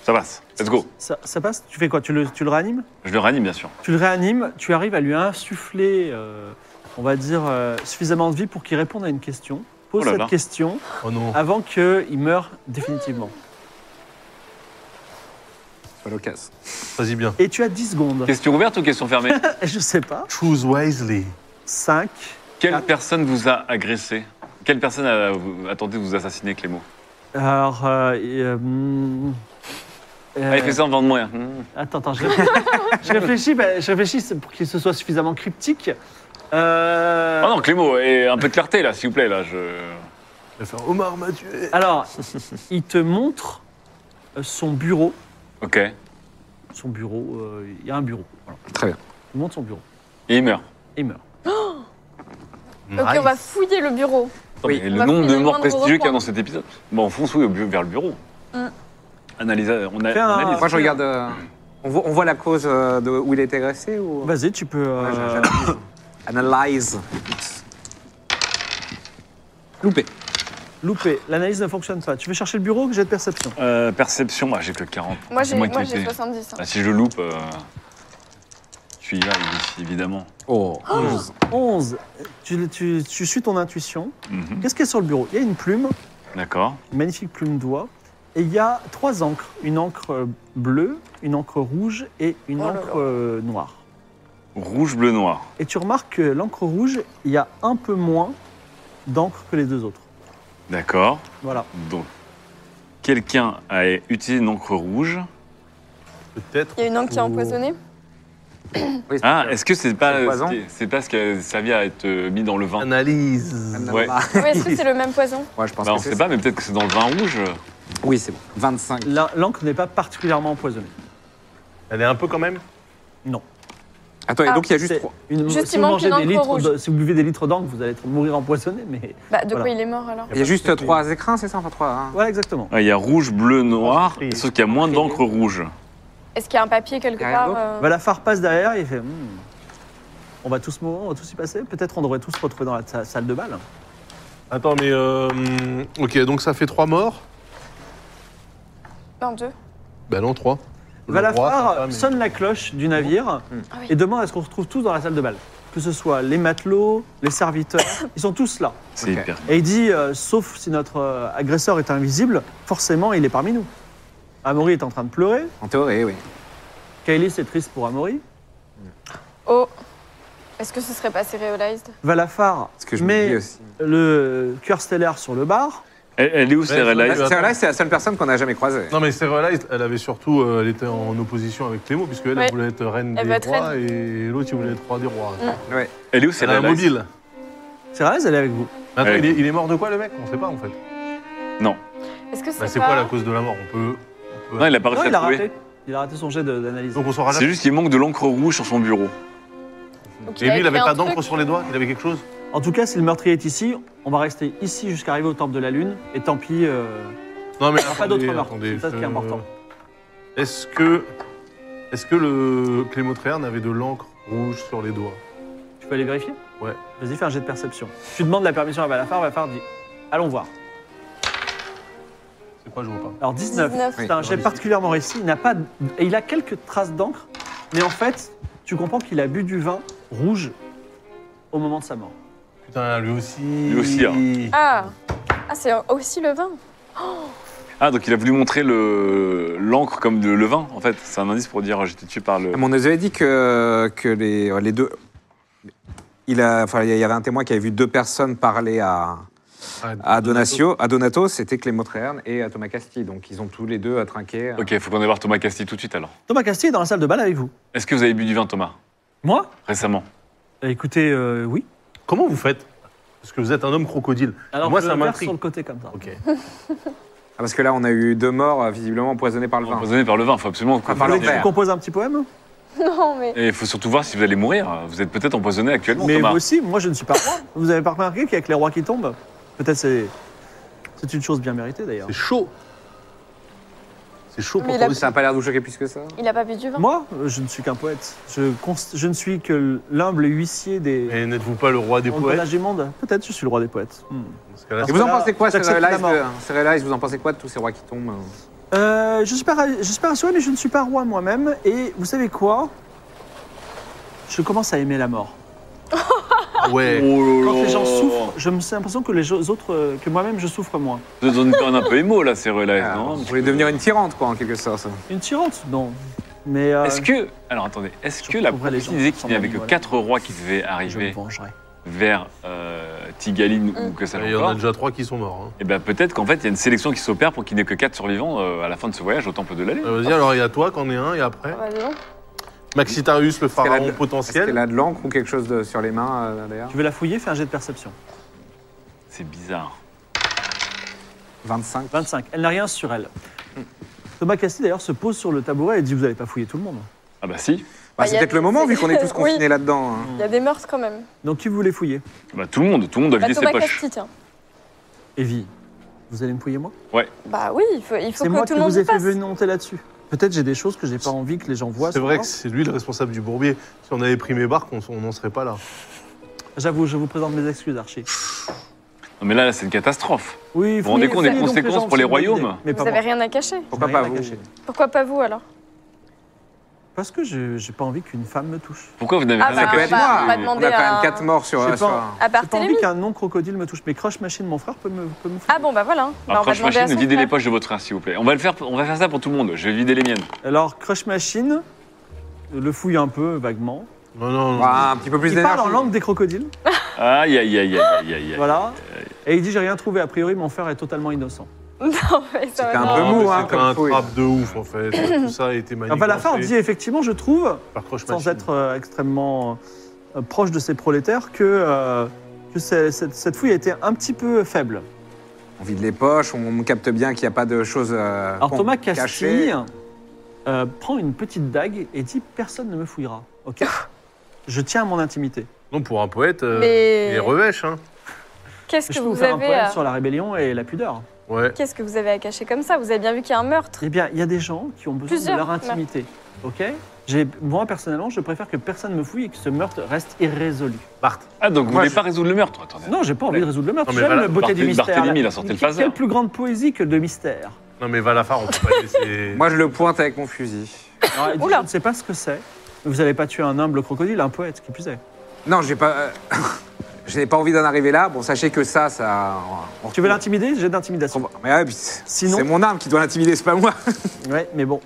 C: Ça passe. Let's go.
A: ça, ça passe Tu fais quoi tu le, tu le réanimes
C: Je le réanime, bien sûr.
A: Tu le réanimes, tu arrives à lui insuffler, euh, on va dire, euh, suffisamment de vie pour qu'il réponde à une question. Pose
C: Oh là
A: cette
C: là.
A: question
F: Oh non.
A: avant qu'il meure définitivement.
E: Sois loquace.
F: Vas-y bien.
A: Et tu as 10 secondes.
C: Question ouverte ou question fermée
A: Je sais pas.
F: Choose wisely.
A: 5.
C: Quelle
A: Ah.
C: personne vous a agressé Quelle personne a, a tenté de vous assassiner, Clément
A: Alors. euh, et, euh, hmm, euh,
C: Elle fait ça en vendant moyen. Mmh.
A: Attends, attends, je réfléchis, je réfléchis, bah, je réfléchis, c'est pour qu'il se soit suffisamment cryptique. Euh,
C: Ah non, Clément, et un peu de clarté, là, s'il vous plaît. Là, je...
F: Il va faire Omar m'a tué.
A: Alors, il te montre euh, son bureau.
C: Ok. Et
A: Son bureau, euh, il y a un bureau. voilà.
E: Très bien.
A: Il monte son bureau
C: il meurt.
A: et meurt.
D: Ok, on va fouiller le bureau.
C: Attends,
E: Oui.
C: mais
D: On
C: le
D: va
C: nombre de
D: finir
C: morts
D: de reprendre.
C: prestigieux qu'il y a dans cet épisode. Bon, on fonce oui, au bu- vers le bureau.
D: Hum.
C: Analyse, on, a,
A: Fais un-
C: on analyse.
E: Moi, je regarde. euh, on, voit, on voit la cause euh, de où il a été agressé ou
A: Vas-y, tu peux. euh,
E: Ouais, j'analyse. Analyse. Loupé.
A: Loupé, l'analyse ne fonctionne pas. Tu veux chercher le bureau que j'ai de perception
C: Euh, perception, bah, j'ai que 40.
D: Moi,
C: C'est
D: j'ai moi,
C: qui
D: j'ai
C: l'étais.
D: 70. hein.
C: Ah, si je le loupe, euh, je suis là, évidemment.
E: Oh.
A: 11. Tu, tu- tu suis ton intuition.
C: Mhm.
A: Qu'est-ce qu'il y a sur le bureau Il y a une plume,
C: D'accord.
A: une magnifique plume d'oie, et il y a trois encres. Une encre euh, bleue, une encre rouge et une
D: Oh là
A: encre euh, noire.
C: Rouge, bleu, noir.
A: Et tu remarques que l'encre rouge, il y a un peu moins d'encre que les deux autres.
C: D'accord.
A: Voilà.
C: Donc, quelqu'un a utilisé une encre rouge.
F: Peut-être.
D: Il y a une encre qui est empoisonnée.
E: Oui, c'est-
C: Ah, est-ce que c'est pas,
E: C'est poison.
C: c'est- c'est pas ce qui a servi à être euh, mis dans le vin
F: Analyse.
E: Anna-
C: ouais.
D: Oui, est-ce que c'est le même poison
E: Ouais, je pense
C: Bah, On
E: que c'est
C: sait
E: ça.
C: pas, mais peut-être que c'est dans le vin rouge.
E: Oui, c'est bon. 25.
A: La- L'encre n'est pas particulièrement empoisonnée.
F: Elle est un peu quand même.
E: Attends, et
D: Ah.
E: donc il y a juste
A: C'est
E: 3.
A: une-
D: Juste,
A: si,
D: il
A: vous
D: manque
A: mangez
D: une
A: des
D: encre
A: litres
D: rouge.
A: de- si vous buvez des litres d'encre, vous allez être- mourir empoisonné, mais...
D: Bah, de
A: Voilà.
D: quoi il est mort alors
E: Il y a juste
A: Parce que-
E: 3 écrins, c'est ça Enfin, hein. 3.
A: Voilà, exactement.
C: Ah, Il y a rouge, bleu, noir,
F: Oui.
C: sauf qu'il y a moins d'encre rouge.
D: Est-ce qu'il y a un papier quelque
E: Derrière
D: part
E: l'autre.
D: euh,
A: Valafar passe Bah, derrière et il fait... Hmm, on va tous mourir, on va tous y passer. Peut-être on devrait tous se retrouver dans la sa- salle de bal.
F: Attends, mais. euh, hum, ok, donc ça fait trois morts.
D: Non, deux.
F: Bah non, trois. Le roi, sa
A: Valafar
F: femme et-
A: sonne la cloche du navire
D: Ah oui.
A: et demande à ce qu'on se retrouve tous dans la salle de bal. Que ce soit les matelots, les serviteurs, ils sont tous là.
C: C'est
E: Ok.
C: hyper.
A: Et il dit, euh, sauf si notre euh, agresseur est invisible, forcément il est parmi nous. Amaury est en train de pleurer.
E: En théorie, oui.
A: Kylie c'est triste pour Amaury.
D: Oh Est-ce que ce serait pas serialized
A: Valafar
E: Ce que je me dis
A: met
E: aussi.
A: le cœur stellaire sur le bar.
C: Elle, elle est où, Serialize
F: attends.
E: C'est là, c'est la seule personne qu'on n'a jamais croisée.
F: Non, mais Serialized, elle avait surtout. euh, elle était en opposition avec Clément, puisque elle, elle
D: Ouais.
F: voulait être reine
D: Elle veut
F: des
D: être
F: rois et l'autre, il voulait être roi des rois.
D: Mm.
E: Ouais.
C: Elle est où,
F: Elle a un
C: Serialize
F: mobile.
A: C'est vrai, elle est avec vous.
F: Mais Attends,
C: Ouais.
F: il, est, il est mort de quoi le mec On sait pas en fait.
D: Est-ce que c'est
F: Bah, c'est
D: pas-
F: quoi la cause de la mort On peut. on peut-
C: Non, il a
E: Ah,
C: pas
A: Non,
C: réussi
A: il
C: à
A: a
C: trouver.
A: raté. Il a raté son jet de- d'analyse.
F: Donc on saura
C: C'est
F: jamais.
C: juste qu'il manque de l'encre rouge sur son bureau.
D: Donc,
F: Et lui, il
D: écrit
F: avait
D: un
F: pas
D: truc.
F: d'encre sur les doigts Il avait quelque chose
A: En tout cas, si le meurtrier est ici, on va rester ici jusqu'à arriver au temple de la lune. Et tant pis. euh,
F: Non, mais.
A: pas d'autres
F: attendez,
A: meurtres,
F: attendez,
A: c'est ça ce qui est
F: euh,
A: important.
F: Est-ce que. Est-ce que le Clément Tréherne avait de l'encre rouge sur les doigts
A: Tu peux aller vérifier
F: Ouais.
A: Vas-y, fais un jet de perception. Tu demandes la permission à Valafar. Valafar dit Allons voir.
F: C'est quoi, je vois pas.
A: Alors 19,
D: 19.
A: c'est un jet particulièrement réussi. Il n'a pas, d- et il a quelques traces d'encre, mais en fait, tu comprends qu'il a bu du vin rouge au moment de sa mort.
F: Putain, lui aussi.
C: Lui aussi, hein.
D: Ah, ah c'est aussi le vin.
C: Ah, donc il a voulu montrer le- l'encre comme de, le vin, en fait. C'est un indice pour dire ah, j'étais tué par le.
E: Mais On nous avait dit que, que les, les deux. Il a, enfin, il y avait un témoin qui avait vu deux personnes parler à, à Ah, Donatio. À Donato, c'était Clément Tréherne et à Thomas Casti. Donc ils ont tous les deux attraqué.
C: Ok, faut qu'on aille voir Thomas Castille tout de suite alors.
A: Thomas Castille est dans la salle de bal avec vous.
C: Est-ce que vous avez bu du vin, Thomas,
A: Moi
C: récemment
A: Eh, Écoutez, euh, oui.
F: Comment vous faites Parce que vous êtes un homme crocodile.
A: Alors
F: Moi,
A: je
F: ça
A: le verse
F: m'intrigue.
A: sur le côté comme ça.
F: Ok.
E: Ah, parce que là, on a eu deux morts euh, visiblement empoisonnés par le vin.
C: Empoisonné par le vin, faut absolument.
E: Ah,
A: Vous
E: par
A: voulez
E: leur
A: que je vous
E: père.
A: compose un petit poème
D: Non, mais
C: Et il faut surtout voir si vous allez mourir. Vous êtes peut-être empoisonné actuellement,
A: Mais
C: Thomas.
A: vous aussi, moi je ne suis pas roi. Vous avez pas remarqué qu'avec les rois qui tombent, peut-être c'est. C'est une chose bien méritée d'ailleurs.
F: C'est chaud. C'est chaud pour
D: Mais
F: toi
D: la-
F: aussi.
E: Ça n'a pas l'air de vous choquer plus que ça.
D: il a pas bu du vin.
A: Moi, euh, je ne suis qu'un poète. Je, const- je ne suis que l'humble huissier des.
F: Mais n'êtes-vous pas le roi des
A: On le
F: poètes
A: du monde. Peut-être je suis le roi des poètes. Hmm.
F: Dans ce cas-là,
E: Et
A: Parce
E: vous en
A: que là,
E: pensez quoi,
A: j'accepte la
E: Serialize
A: mort.
E: Vous en pensez quoi de tous ces rois qui tombent euh
A: Euh, je suis pas, ra- je suis pas rassuré, mais je ne suis pas roi moi-même. Et vous savez quoi Je commence à aimer la mort.
F: c'est- Ouais.
C: Oh là
A: Quand les
C: là.
A: gens souffrent, je me j'ai l'impression que les jo- autres, euh, que moi-même, je souffre moins.
C: Vous êtes dans une période un peu émo là, c'est
A: Euh,
C: relax,
E: Ah,
C: non
E: Vous voulez devenir une tyrante, quoi, en quelque sorte.
A: Une tyrante, non. Mais euh,
C: Est-ce que. Alors attendez, est-ce
A: Je
C: que la
A: retrouverai les
C: prophétie
A: gens
C: disait
A: sans
C: qu'il n'y avait que
A: manuel.
C: quatre rois qui devaient
A: je me
C: arriver
A: vengerai.
C: vers euh, Tigaline ou
D: Mm.
C: que ça
E: Ah,
F: Il y en a
C: encore
F: déjà trois qui sont morts. hein.
C: Et bien ben, peut-être qu'en fait il y a une sélection qui s'opère pour qu'il n'y ait que quatre survivants euh, à la fin de ce voyage au temple de l'allée.
F: Euh, Vas-y, alors il y a toi qui en es un, et après
D: Ah bah, dis donc.
F: Maxitarius, le
E: qu'elle a
F: pharaon
E: de- Est-ce qu'elle
F: potentiel.
E: a de l'encre ou quelque chose de- sur les mains, euh, d'ailleurs
A: Tu veux la fouiller, fais un jet de perception. Euh.
C: C'est bizarre.
E: 25.
A: 25. Elle n'a rien sur elle. Thomas Casti d'ailleurs se pose sur le tabouret et dit vous allez pas fouiller tout le monde.
C: Ah bah si,
E: Bah,
D: Bah, y
E: c'est
D: a
E: peut-être
D: des-
E: le moment, vu qu'on est tous
D: Oui.
E: confinés là-dedans. hein.
D: Il y a des meurtres quand même.
A: Donc qui vous voulez fouiller
C: bah, tout le monde, tout le monde a
D: Bah,
C: vidé ses
D: Thomas
C: poches.
D: Casti, tiens.
A: Evie, vous allez me fouiller moi
D: Bah oui, il faut, il faut
A: C'est
D: que
A: moi
D: tout
A: qui
D: le monde
A: vous
D: y
A: ai fait
D: passe.
A: venir monter là-dessus. Peut-être j'ai des choses que j'ai pas envie que les gens voient.
F: C'est vrai que
A: soir.
F: c'est lui le responsable du bourbier. Si on avait pris mes barques, on s- on n'en serait pas là.
A: J'avoue, je vous présente mes excuses, Archie.
C: Non mais là, là, c'est une catastrophe.
A: Oui,
C: vous rendez compte des
A: fouillez donc
C: conséquences
A: gens,
C: pour les
A: c'est une bonne
C: royaumes
A: idée. Mais
D: Vous
A: pas
D: avez
A: moi.
D: rien à cacher.
E: Pourquoi
A: Rien
E: pas
A: à
E: vous
A: cacher.
D: Pourquoi pas vous alors
A: Parce que je j'ai pas envie qu'une femme me touche.
C: Pourquoi vous n'avez
D: Ah,
C: rien à
D: bah,
E: Ça peut
D: ouais,
C: cacher
E: être
D: bah, on va
E: moi. On a quand
D: demander à-
E: même 4 morts sur.
A: Je sais
E: euh, sur-
A: pas.
D: À
A: J'ai pas envie
D: Barthélemy
A: qu'un non crocodile me touche. Mais Crush Machine, mon frère, peut me peut me fouiller.
D: Ah bon, bah voilà. Bah,
C: Après, je
D: demander à
C: machine,
D: son
C: videz les
D: frère.
C: poches de votre frère, s'il vous plaît. On va le faire, on va faire ça pour tout le monde. Je vais vider les miennes.
A: Alors Crush Machine le fouille un peu vaguement.
F: Non, non, non.
E: Bah, un petit peu plus
A: Il parle en
E: d'énergie.
A: langue des crocodiles.
C: Aïe, aïe, aïe, aïe, aïe, aïe.
A: Voilà. Et il dit j'ai rien trouvé. A priori, mon frère est totalement innocent.
D: Non, mais ça
E: C'était
D: va.
E: un
D: non.
E: peu mou,
F: mais
E: hein,
F: c'était
E: comme
F: un
E: fouille.
F: trap de ouf, en fait. Tout ça a été
C: Bah,
F: manipulé.
A: Enfin, la fin, on dit effectivement, je trouve, sans être euh, extrêmement euh, proche de ces prolétaires, que, euh, que c'est- cette, cette fouille a été un petit peu faible.
E: On vide les poches, on capte bien qu'il n'y a pas de choses. euh,
A: Alors
E: bon,
A: Thomas
E: cachées.
A: Castille euh, prend une petite dague et dit personne ne me fouillera. Ok. je tiens à mon intimité.
F: Non, pour un poète, euh,
D: Mais-
F: il est revêche, hein.
D: Qu'est-ce
A: Je
D: que
A: peux vous
D: vous
A: faire un
D: avez euh,
A: poème
D: à...
A: sur la rébellion et la pudeur.
F: Ouais.
D: Qu'est-ce que vous avez à cacher comme ça Vous avez bien vu qu'il y a un meurtre.
A: Eh bien, il y a des gens qui ont besoin
D: Plusieurs
A: de leur
D: meurtres.
A: intimité. Ok. J'ai- Moi personnellement, je préfère que personne me fouille et que ce meurtre reste irrésolu.
F: Barthes.
C: Ah, donc vous
F: Moi,
C: voulez
F: je-
C: pas résoudre le meurtre Attendez.
A: Non, j'ai pas envie de résoudre le meurtre.
F: Non, mais
A: J'aime
F: voilà,
A: la beauté du
C: Barthé-
A: mystère.
C: Barthélemy,
A: la-
C: il a sorti le
A: Quelle-
C: phaser.
A: Quelle plus grande poésie que le mystère.
F: Non, mais Valafar, on peut pas laisser.
E: Moi, je le pointe avec mon fusil.
A: Alors, elle dit,
D: Oula.
A: Je ne sais pas ce que c'est. Vous n'allez pas tuer un humble crocodile, un poète, qui plus est.
E: Non, j'ai pas. euh, Je n'ai pas envie d'en arriver là. Bon, sachez que ça, ça. on- on-
A: Tu veux l'intimider J'ai d'intimidation.
E: on- Mais ouais, puis c'est-
A: Sinon-
E: c'est mon arme qui doit l'intimider, c'est pas moi.
A: Ouais, mais bon.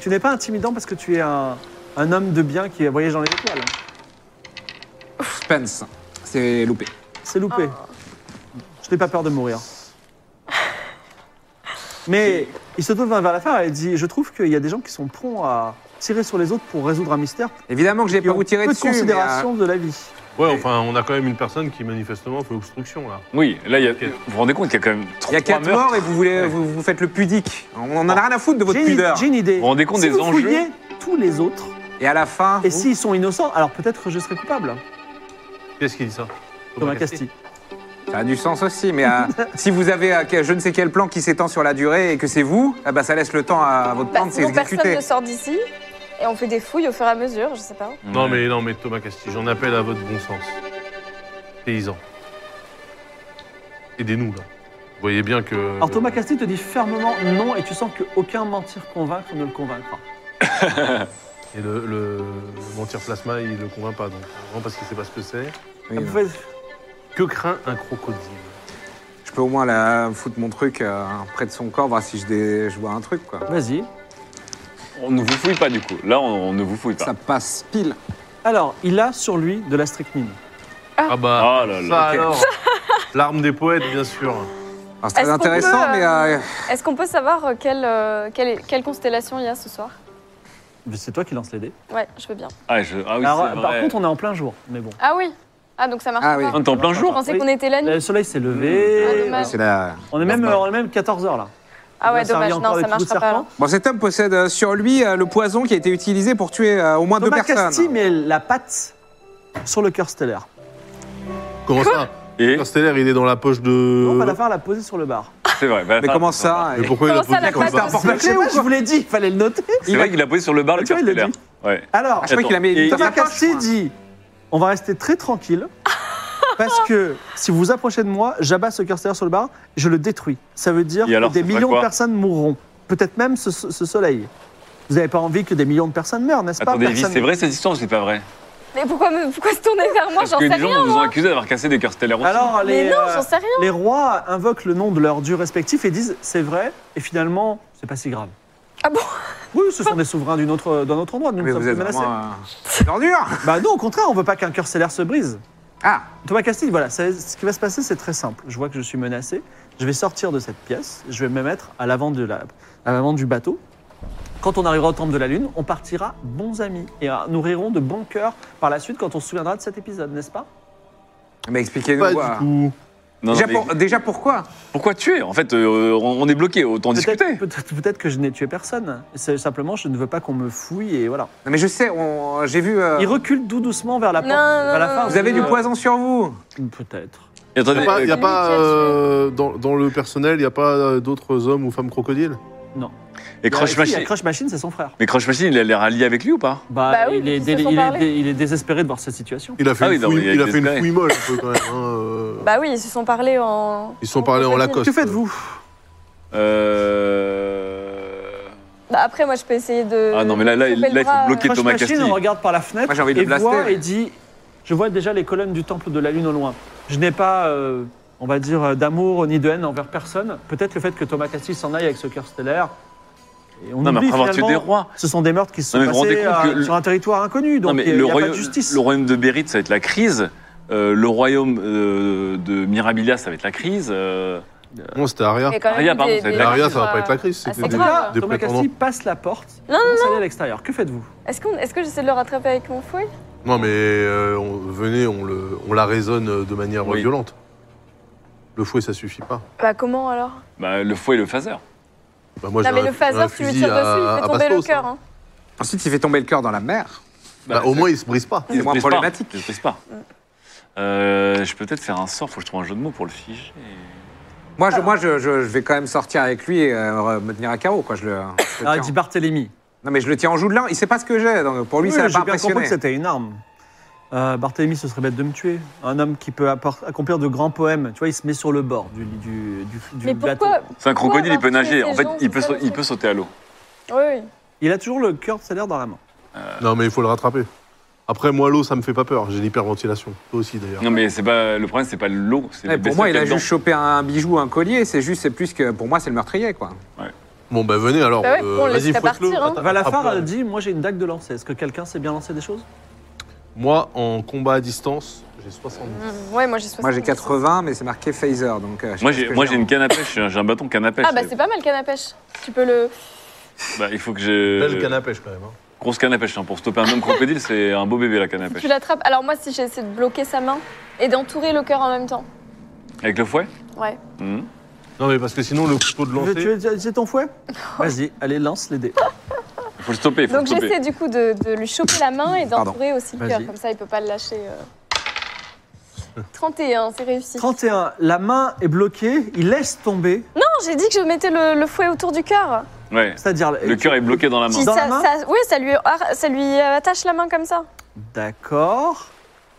A: Tu n'es pas intimidant parce que tu es un, un homme de bien qui voyage dans les étoiles. hein.
E: Suspense. C'est loupé.
A: C'est loupé. Je n'ai pas peur de mourir. Mais il se tourne vers la femme et dit Je trouve qu'il y a des gens qui sont prompts à tirer sur les autres pour résoudre un mystère.
E: Évidemment que j'ai
A: qui
E: pas
A: ont
E: vous tirer
A: peu
E: dessus.
A: de
E: mais,
A: considération de la vie.
F: Ouais, enfin, on a quand même une personne qui manifestement fait obstruction, là.
C: Oui, là, il y a- vous vous rendez compte qu'il y a quand même
E: euh, Il y
C: trois
E: a quatre
C: meurtres.
E: morts et vous voulez, vous, vous faites le pudique. On en a
D: Ah.
E: rien à foutre de votre
A: J'ai une-
E: pudeur.
A: J'ai une idée.
C: Vous vous rendez compte
A: si
C: des
A: vous
C: enjeux
A: fouillez tous les autres,
E: Et à la fin,
A: et
E: vous-
A: s'ils sont innocents, alors peut-être que je serai coupable,
F: Qu'est-ce qu'il dit ça
A: Thomas Casti.
E: ça a du sens aussi. Mais euh, si vous avez euh, je ne sais quel plan qui s'étend sur la durée et que c'est vous, ah bah, ça laisse le temps à votre plan
D: Bah,
E: de
D: sinon, personne
E: s'exécuter.
D: ne sort d'ici. Et on fait des fouilles au fur et à mesure, je sais pas.
F: Non, mais non, mais Thomas Casti, j'en appelle à votre bon sens. Paysan. Aidez-nous, là. Vous voyez bien que. euh,
A: Alors Thomas Castille te dit fermement non, et tu sens qu'aucun mentir convaincre ne le convaincra.
F: Et le, le, le mentir plasma, il le convainc pas, donc vraiment parce qu'il sait pas ce que c'est.
E: Oui, euh,
A: Ah,
E: non.
A: fais-
F: Que craint un crocodile
E: Je peux au moins la foutre mon truc euh, près de son corps, voir si je, dé- je vois un truc,
C: Bah.
E: quoi.
A: Vas-y.
C: On ne vous fouille pas du coup. Là, on, on ne vous fouille pas.
E: Ça passe pile.
A: Alors, il a sur lui de la strychnine.
F: Ah bah,
C: Ah là là,
F: ça
E: ok.
F: alors L'arme des poètes, bien sûr.
E: Alors, C'est très
D: Est-ce qu'on
E: intéressant,
D: peut,
E: mais
D: euh,
E: euh,
D: Est-ce qu'on peut savoir euh, quelle, euh, quelle, quelle constellation il y a ce soir
A: Mais C'est toi qui lance les dés.
D: Ouais, je veux bien.
C: Ah, je- ah oui,
A: Alors,
C: c'est
A: par
C: vrai.
A: contre, on est en plein jour, mais bon.
D: Ah oui Ah, donc ça marche
E: Ah oui.
D: pas.
C: On est en plein
D: Je
C: jour.
D: pensais
A: Oui.
D: qu'on était la nuit.
A: Le soleil s'est levé.
D: Mmh. Ah, dommage.
E: c'est la...
A: on, est même,
E: Dommage.
A: on est même 14h là.
D: Ah ouais,
A: Ça servit
D: dommage.
A: encore
D: Non,
A: des
D: ça
A: trous de
D: marchera pas.
A: serpent.
D: alors.
E: Bon, cet homme possède euh, sur lui euh, le poison qui a été utilisé pour tuer euh, au moins
A: Thomas
E: deux personnes.
A: Casti met la patte sur le cœur stellaire.
F: Comment ça
C: Et
F: Interstellaire, il est dans la poche de.
A: On va la faire la poser sur le bar.
C: c'est vrai. bah,
E: Mais
C: attends,
E: comment
C: attends, attends.
E: ça
F: Mais pourquoi il a
D: Comment ça,
F: posé
D: la
F: comme
D: patte
F: ça
E: Porte la
A: Je sais
E: clé ou
A: pas, je
E: quoi
A: vous l'ai dit, il fallait le noter.
C: C'est vrai qu'il a posé sur le bar le
A: Tu
C: cœur
A: vois, il l'a
C: stellaire.
A: dit.
C: Ouais.
A: Alors,
E: Ah, je crois
C: Attends,
E: qu'il a mis
C: et-
E: une
C: Thomas
A: Thomas
E: tape à poche,
A: Casti
E: moi.
A: dit on va rester très tranquille. Parce que si vous vous approchez de moi, j'abats ce cœur stellaire sur le bar, je le détruis. Ça veut dire
C: Et alors,
A: que des
C: ça fera
A: millions de
C: quoi
A: personnes mourront. Peut-être même ce, ce soleil. Vous n'avez pas envie que des millions de personnes meurent, n'est-ce pas
C: Attendez, Vivi,
A: Personne-
C: c'est vrai cette histoire ou c'est pas vrai
D: Mais pourquoi, me- pourquoi se tourner vers moi
C: Parce
D: J'en
C: que
D: sais
C: les gens
D: rien.
C: nous ont accusés d'avoir cassé des cœurs stellaires aussi.
A: Alors, les,
D: Mais non,
A: euh,
D: j'en sais rien.
A: les rois invoquent le nom de leur dieu respectif et disent c'est vrai, et finalement, c'est pas si grave.
D: Ah bon
A: Oui, ce sont des souverains d'une autre- d'un autre endroit, nous ne
E: Mais
A: sommes
E: vous
A: pas
E: êtes
A: menacés.
E: vraiment... euh, une ordure
A: Bah non, au contraire, on veut pas qu'un cœur stellaire se brise.
E: Ah,
A: Thomas Castille, voilà, c'est- ce qui va se passer, c'est très simple. Je vois que je suis menacé. Je vais sortir de cette pièce. Je vais me mettre à l'avant de la, à l'avant du bateau. Quand on arrivera au temple de la lune, on partira bons amis et euh, nous rirons de bon cœur par la suite quand on se souviendra de cet épisode, n'est-ce pas
E: mais expliquez-nous.
F: Pas
E: quoi.
F: du tout.
C: Non, non,
E: Déjà,
C: mais
E: pour- déjà pourquoi
C: Pourquoi tuer En fait, euh, on on est bloqué, autant discuter.
A: Peut-être peut-être- peut-être que je n'ai tué personne. C'est simplement, je ne veux pas qu'on me fouille et voilà.
E: Non mais je sais, on- j'ai vu... euh,
A: Il recule tout doucement vers la
D: Non,
A: porte. vers la
D: non,
A: fin,
D: non,
E: Vous avez du
D: Non.
E: poison sur vous
A: Peut-être.
C: Et
F: Il n'y
C: attendez,
F: a pas,
C: euh,
F: y a pas,
D: Lui qui a tué.
F: euh, dans, dans le personnel, il n'y a pas euh, d'autres hommes ou femmes crocodiles
C: et Crush
A: Il y a- Ah, si, il y a
C: Machine.
A: Crush Machine, c'est son frère.
C: Mais Crush Machine, il a l'air allié avec lui ou pas
A: Bah,
D: Bah oui,
A: il, est
D: ils se
A: délai-
D: sont
A: il est
D: parlé.
A: dé- il est désespéré de voir cette situation.
F: Il a fait,
C: Ah oui,
F: une,
C: non,
F: fouille,
C: mais il y a
F: il a fait une
C: Disney.
F: fouille molle un peu quand même. hein, euh.
D: Bah oui, ils se sont parlé en.
F: Ils se sont parlé en Lacoste.
A: Que faites-vous
C: Euh.
D: Bah après, moi, je peux essayer de.
C: Ah non, mais là, là,
D: de
C: il-
D: choper le
C: là, il faut
D: bras,
C: bloquer.
D: euh.
A: Crush
C: Thomas
A: Machine,
C: Castille.
A: on regarde par la fenêtre
E: Moi, j'ai envie de
A: et
E: le blaster.
A: voit et dit Je vois déjà les colonnes du temple de la Lune au loin. Je n'ai pas, euh, on va dire, euh, d'amour ni de haine envers personne. Peut-être le fait que Thomas Castille s'en aille avec ce cœur stellaire. Et on
C: Non, mais
A: oublie
C: après avoir tué
A: finalement,
C: des rois.
A: Ce sont des meurtres qui se sont
C: Non, mais vous vous
A: passés
C: rendez compte
A: euh,
C: que le-
A: sur un territoire inconnu.
C: Non,
A: Donc,
C: mais
A: il
C: le,
A: n'y a
C: royaume-
A: pas de justice.
C: le royaume de Bérite, ça va être la crise. Euh, le royaume euh, de Mirabilia, ça va être la crise. euh.
F: Non, c'était Aria.
D: Mais quand même,
C: Aria, pardon,
D: des-
C: ça va être
D: des-
C: la-
F: Aria, Ah, ça va pas être la crise.
D: Ah,
F: C'était
D: c'est
F: des,
A: En tout cas,
D: grave.
F: des
A: Thomas
F: prétendants.
A: Castille passe la porte.
D: Non, non,
A: Vous allez à l'extérieur. Que faites-vous
D: euh, Est-ce qu'on- est-ce que j'essaie de le rattraper avec mon fouet
F: Non, mais euh, on- venez, on, le, on la raisonne de manière
C: Oui.
F: violente. Le fouet, ça suffit pas.
D: Bah comment alors
C: Bah, le fouet et le phaser.
F: Bah, moi,
D: Non,
F: j'ai
D: mais
F: un-
D: le
F: un
D: phaser, tu lui
F: fusil
D: tires dessus,
F: à-
D: il
F: à
D: fait tomber le
F: Bastos,
D: cœur.
F: hein.
D: hein.
E: Ensuite, il fait tomber le cœur dans la mer.
F: Bah, au moins, il se brise pas.
E: C'est moins problématique.
C: Je ne pas. Euh, je peux peut-être faire un sort, faut que je trouve un jeu de mots pour le figer.
E: Moi,
A: Ah.
E: je, moi je, je- je vais quand même sortir avec lui et euh, me tenir à carreau. Quoi. Je le, je le
A: Ah, il
E: tiens.
A: dit Barthélemy.
E: Non, mais je le tiens en joue de l'un. Il sait pas ce que j'ai. Donc pour lui,
A: Oui,
E: ça va
A: j'ai
E: pas
A: bien compris
E: impressionné.
A: que c'était une arme. Euh, Barthélemy, ce serait bête de me tuer. Un homme qui peut appor- accomplir de grands poèmes. Tu vois, il se met sur le bord du, du, du, du
D: Mais
A: bateau.
D: pourquoi
C: C'est un crocodile, il peut
D: avoir tué
C: nager.
D: ces
C: En fait,
D: gens,
C: il
D: c'est
C: peut,
D: ça,
C: sa-
D: le
C: il
D: truc.
C: peut sauter à l'eau.
D: hein. Oui, oui.
A: Il a toujours le cœur de salaire dans la main.
F: Non, mais il faut le rattraper. Après, moi, l'eau, ça me fait pas peur. J'ai l'hyperventilation. Toi aussi, d'ailleurs.
C: Non, mais c'est pas, le problème, c'est pas l'eau. c'est
E: Ouais,
C: le
E: pour moi, il a
C: bestiole
E: juste chopé un bijou, un collier. C'est juste, c'est plus que pour moi, c'est le meurtrier, quoi.
F: Bon, bah, venez alors.
D: Bah ouais, on le laisse
F: vas-y,
D: pas
F: fouette-le.
D: partir, hein.
F: Attends,
A: Valafar
F: attrape-le.
A: elle dit Moi, j'ai une dague de lancer. Est-ce que quelqu'un sait bien lancer des choses
F: Moi, en combat à distance, j'ai 70.
D: Mmh, Ouais, moi j'ai 60.
E: Moi, j'ai 80, mais c'est marqué phaser. Donc, euh, je sais
C: Moi,
E: pas ce
C: j'ai
E: que
C: moi, j'ai
E: en-
C: une canne à pêche, j'ai un bâton canne à pêche.
D: Ah bah c'est pas mal canne à pêche. Tu peux le.
C: Bah, il faut que
F: Belle
C: j'ai.
F: canne à pêche, quand même. hein.
C: Grosse canne à pêche, hein. pour stopper un homme crocodile, c'est un beau bébé la canne à
D: Tu
C: pêche.
D: l'attrapes. Alors moi, si j'essaie de bloquer sa main et d'entourer le cœur en même temps.
C: Avec le fouet
D: Ouais.
C: Mhm.
F: Non, mais parce que sinon, le couteau de
A: Tu veux- Tu
F: lancer.
A: veux utiliser ton fouet Vas-y, allez, lance les dés.
C: Il faut le stopper, il faut
D: Donc
C: le stopper.
D: j'essaie du coup de, de lui choper la main et
E: Pardon.
D: d'entourer aussi le
A: Vas-y.
D: cœur. Comme ça, il peut pas le lâcher. euh. 31, c'est réussi.
A: 31. La main est bloquée. Il laisse tomber.
D: Non, Oh, j'ai dit que je mettais le, le fouet autour du cœur.
C: Ouais.
A: C'est-à-dire.
C: Le cœur est bloqué dans la Ah, main.
D: Si
A: Dans
D: ça,
A: la main
D: ça- oui, ça lui, ar- ça lui euh, attache la main comme ça.
A: D'accord.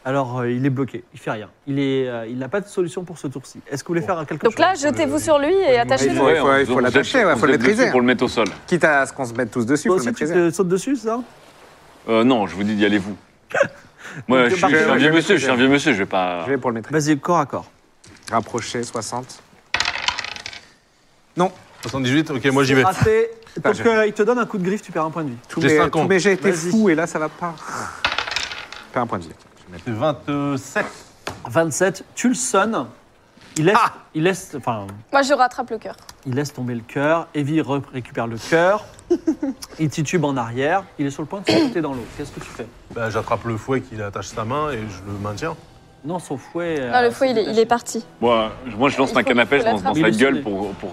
A: Alors, euh, il est bloqué. Il fait rien. Il est. euh, il n'a pas de solution pour ce tour-ci. Est-ce que vous voulez faire quelque
D: Donc
A: chose
D: là, jetez-vous sur lui et
E: Il faut-
D: attachez-le.
E: il faut- il faut
C: on- on-
E: l'attacher,
C: on-
E: ouais, faut le
C: on- on-
E: maîtriser.
C: Pour le mettre au sol.
E: Quitte à ce qu'on se mette tous dessus,
A: Toi
E: faut le
A: aussi, tu
E: maîtriser.
A: te sautes dessus, c'est ça
C: Euh, non, je vous dis d'y aller vous. Moi, je suis, je suis un vieux monsieur, je suis un vieux monsieur, je vais pas.
E: Je vais pour le maître.
A: Vas-y, corps à corps.
E: Rapprocher 60.
F: 78, ok, moi j'y vais.
A: Raté.
E: Putain,
A: Donc euh, il te donne un coup de griffe, tu perds un point de vie.
E: Tous
F: J'ai
E: mes,
F: 50.
E: tous mes jets étaient
A: Vas-y.
E: fous et là ça va pas. Pas un point de vie. Je vais mettre-
F: C'est 27.
A: 27, tu le sonnes. Il laisse,
F: Ah
A: il laisse, enfin,
D: Moi, je rattrape le cœur.
A: il laisse tomber le cœur. Evie re- récupère le cœur. il titube en arrière. Il est sur le point de se jeter dans l'eau. Qu'est-ce que tu fais
F: Bah, J'attrape le fouet qui attache sa main et je le maintiens.
A: Non, son fouet. euh,
D: Non, le fouet, il est, il est parti.
C: Moi, je- moi, je lance
D: Il
C: un
D: faut-
C: canne à
D: faut
C: pêche dans, dans
D: l'attraper.
C: sa
A: Il est
C: gueule
A: soudé.
C: pour, pour,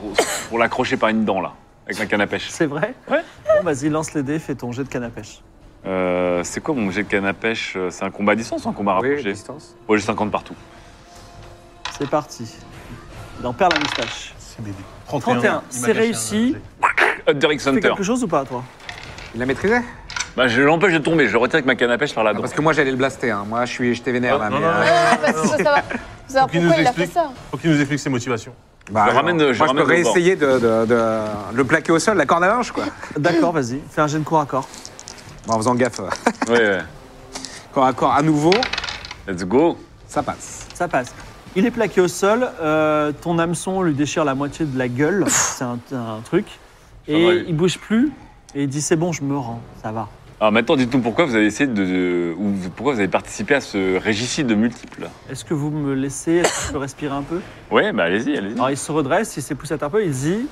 C: pour l'accrocher par une dent, là. Avec un canne à pêche.
A: C'est vrai
C: Ouais.
A: Bon, vas-y, lance les dés, fais ton jet de canne à pêche.
C: Euh, c'est quoi mon jet de canne à pêche euh, C'est un combat à distance ou un combat
E: Oui,
C: rapproché
E: distance.
C: Moi, j'ai 50 partout.
A: C'est parti. Il en perd la moustache.
F: C'est BD.
A: 31,
F: il m'a
A: c'est
F: caché
A: réussi.
F: un jet.
C: Hot Derrick
A: Tu fais
C: Hunter.
A: quelque chose ou pas, toi
E: Il l'a maîtrisé
C: Bah, je l'empêche de tomber, je le retire avec ma canne à pêche par la
E: Ah,
C: dent.
E: Parce que moi j'allais le blaster. hein. Moi je suis, j'étais vénère
A: bah,
E: là.
F: Non,
E: mais,
F: non,
E: euh,
F: non.
D: Ah, parce qu'il faut savoir, faut savoir
F: Faut
D: pourquoi
F: qu'il nous
D: il a fait
F: explique.
D: ça.
F: Faut qu'il nous explique ses motivations.
E: bah,
C: Je ramène-
E: alors,
C: je
E: moi, je
C: ramène
E: peux
C: au bord.
E: réessayer de, de- de le plaquer au sol, la corde à linge quoi.
A: D'accord, vas-y, fais un jet de corps à corps.
E: Bon, en faisant gaffe.
C: Ouais, ouais.
E: Corps à corps à nouveau,
C: Let's go.
E: ça passe.
A: Ça passe. Il est plaqué au sol, euh, ton hameçon lui déchire la moitié de la gueule, c'est un, un truc, et
C: vrai.
A: il bouge plus, et il dit c'est bon, je me rends, ça va.
C: Alors maintenant, dites-nous pourquoi vous avez essayé de, de- ou vous- pourquoi vous avez participé à ce régicide multiple.
A: Est-ce que vous me laissez, est-ce que je peux respirer un peu
C: Ouais, bah allez-y, allez-y.
A: Alors il se redresse, il s'époussette un peu, il dit,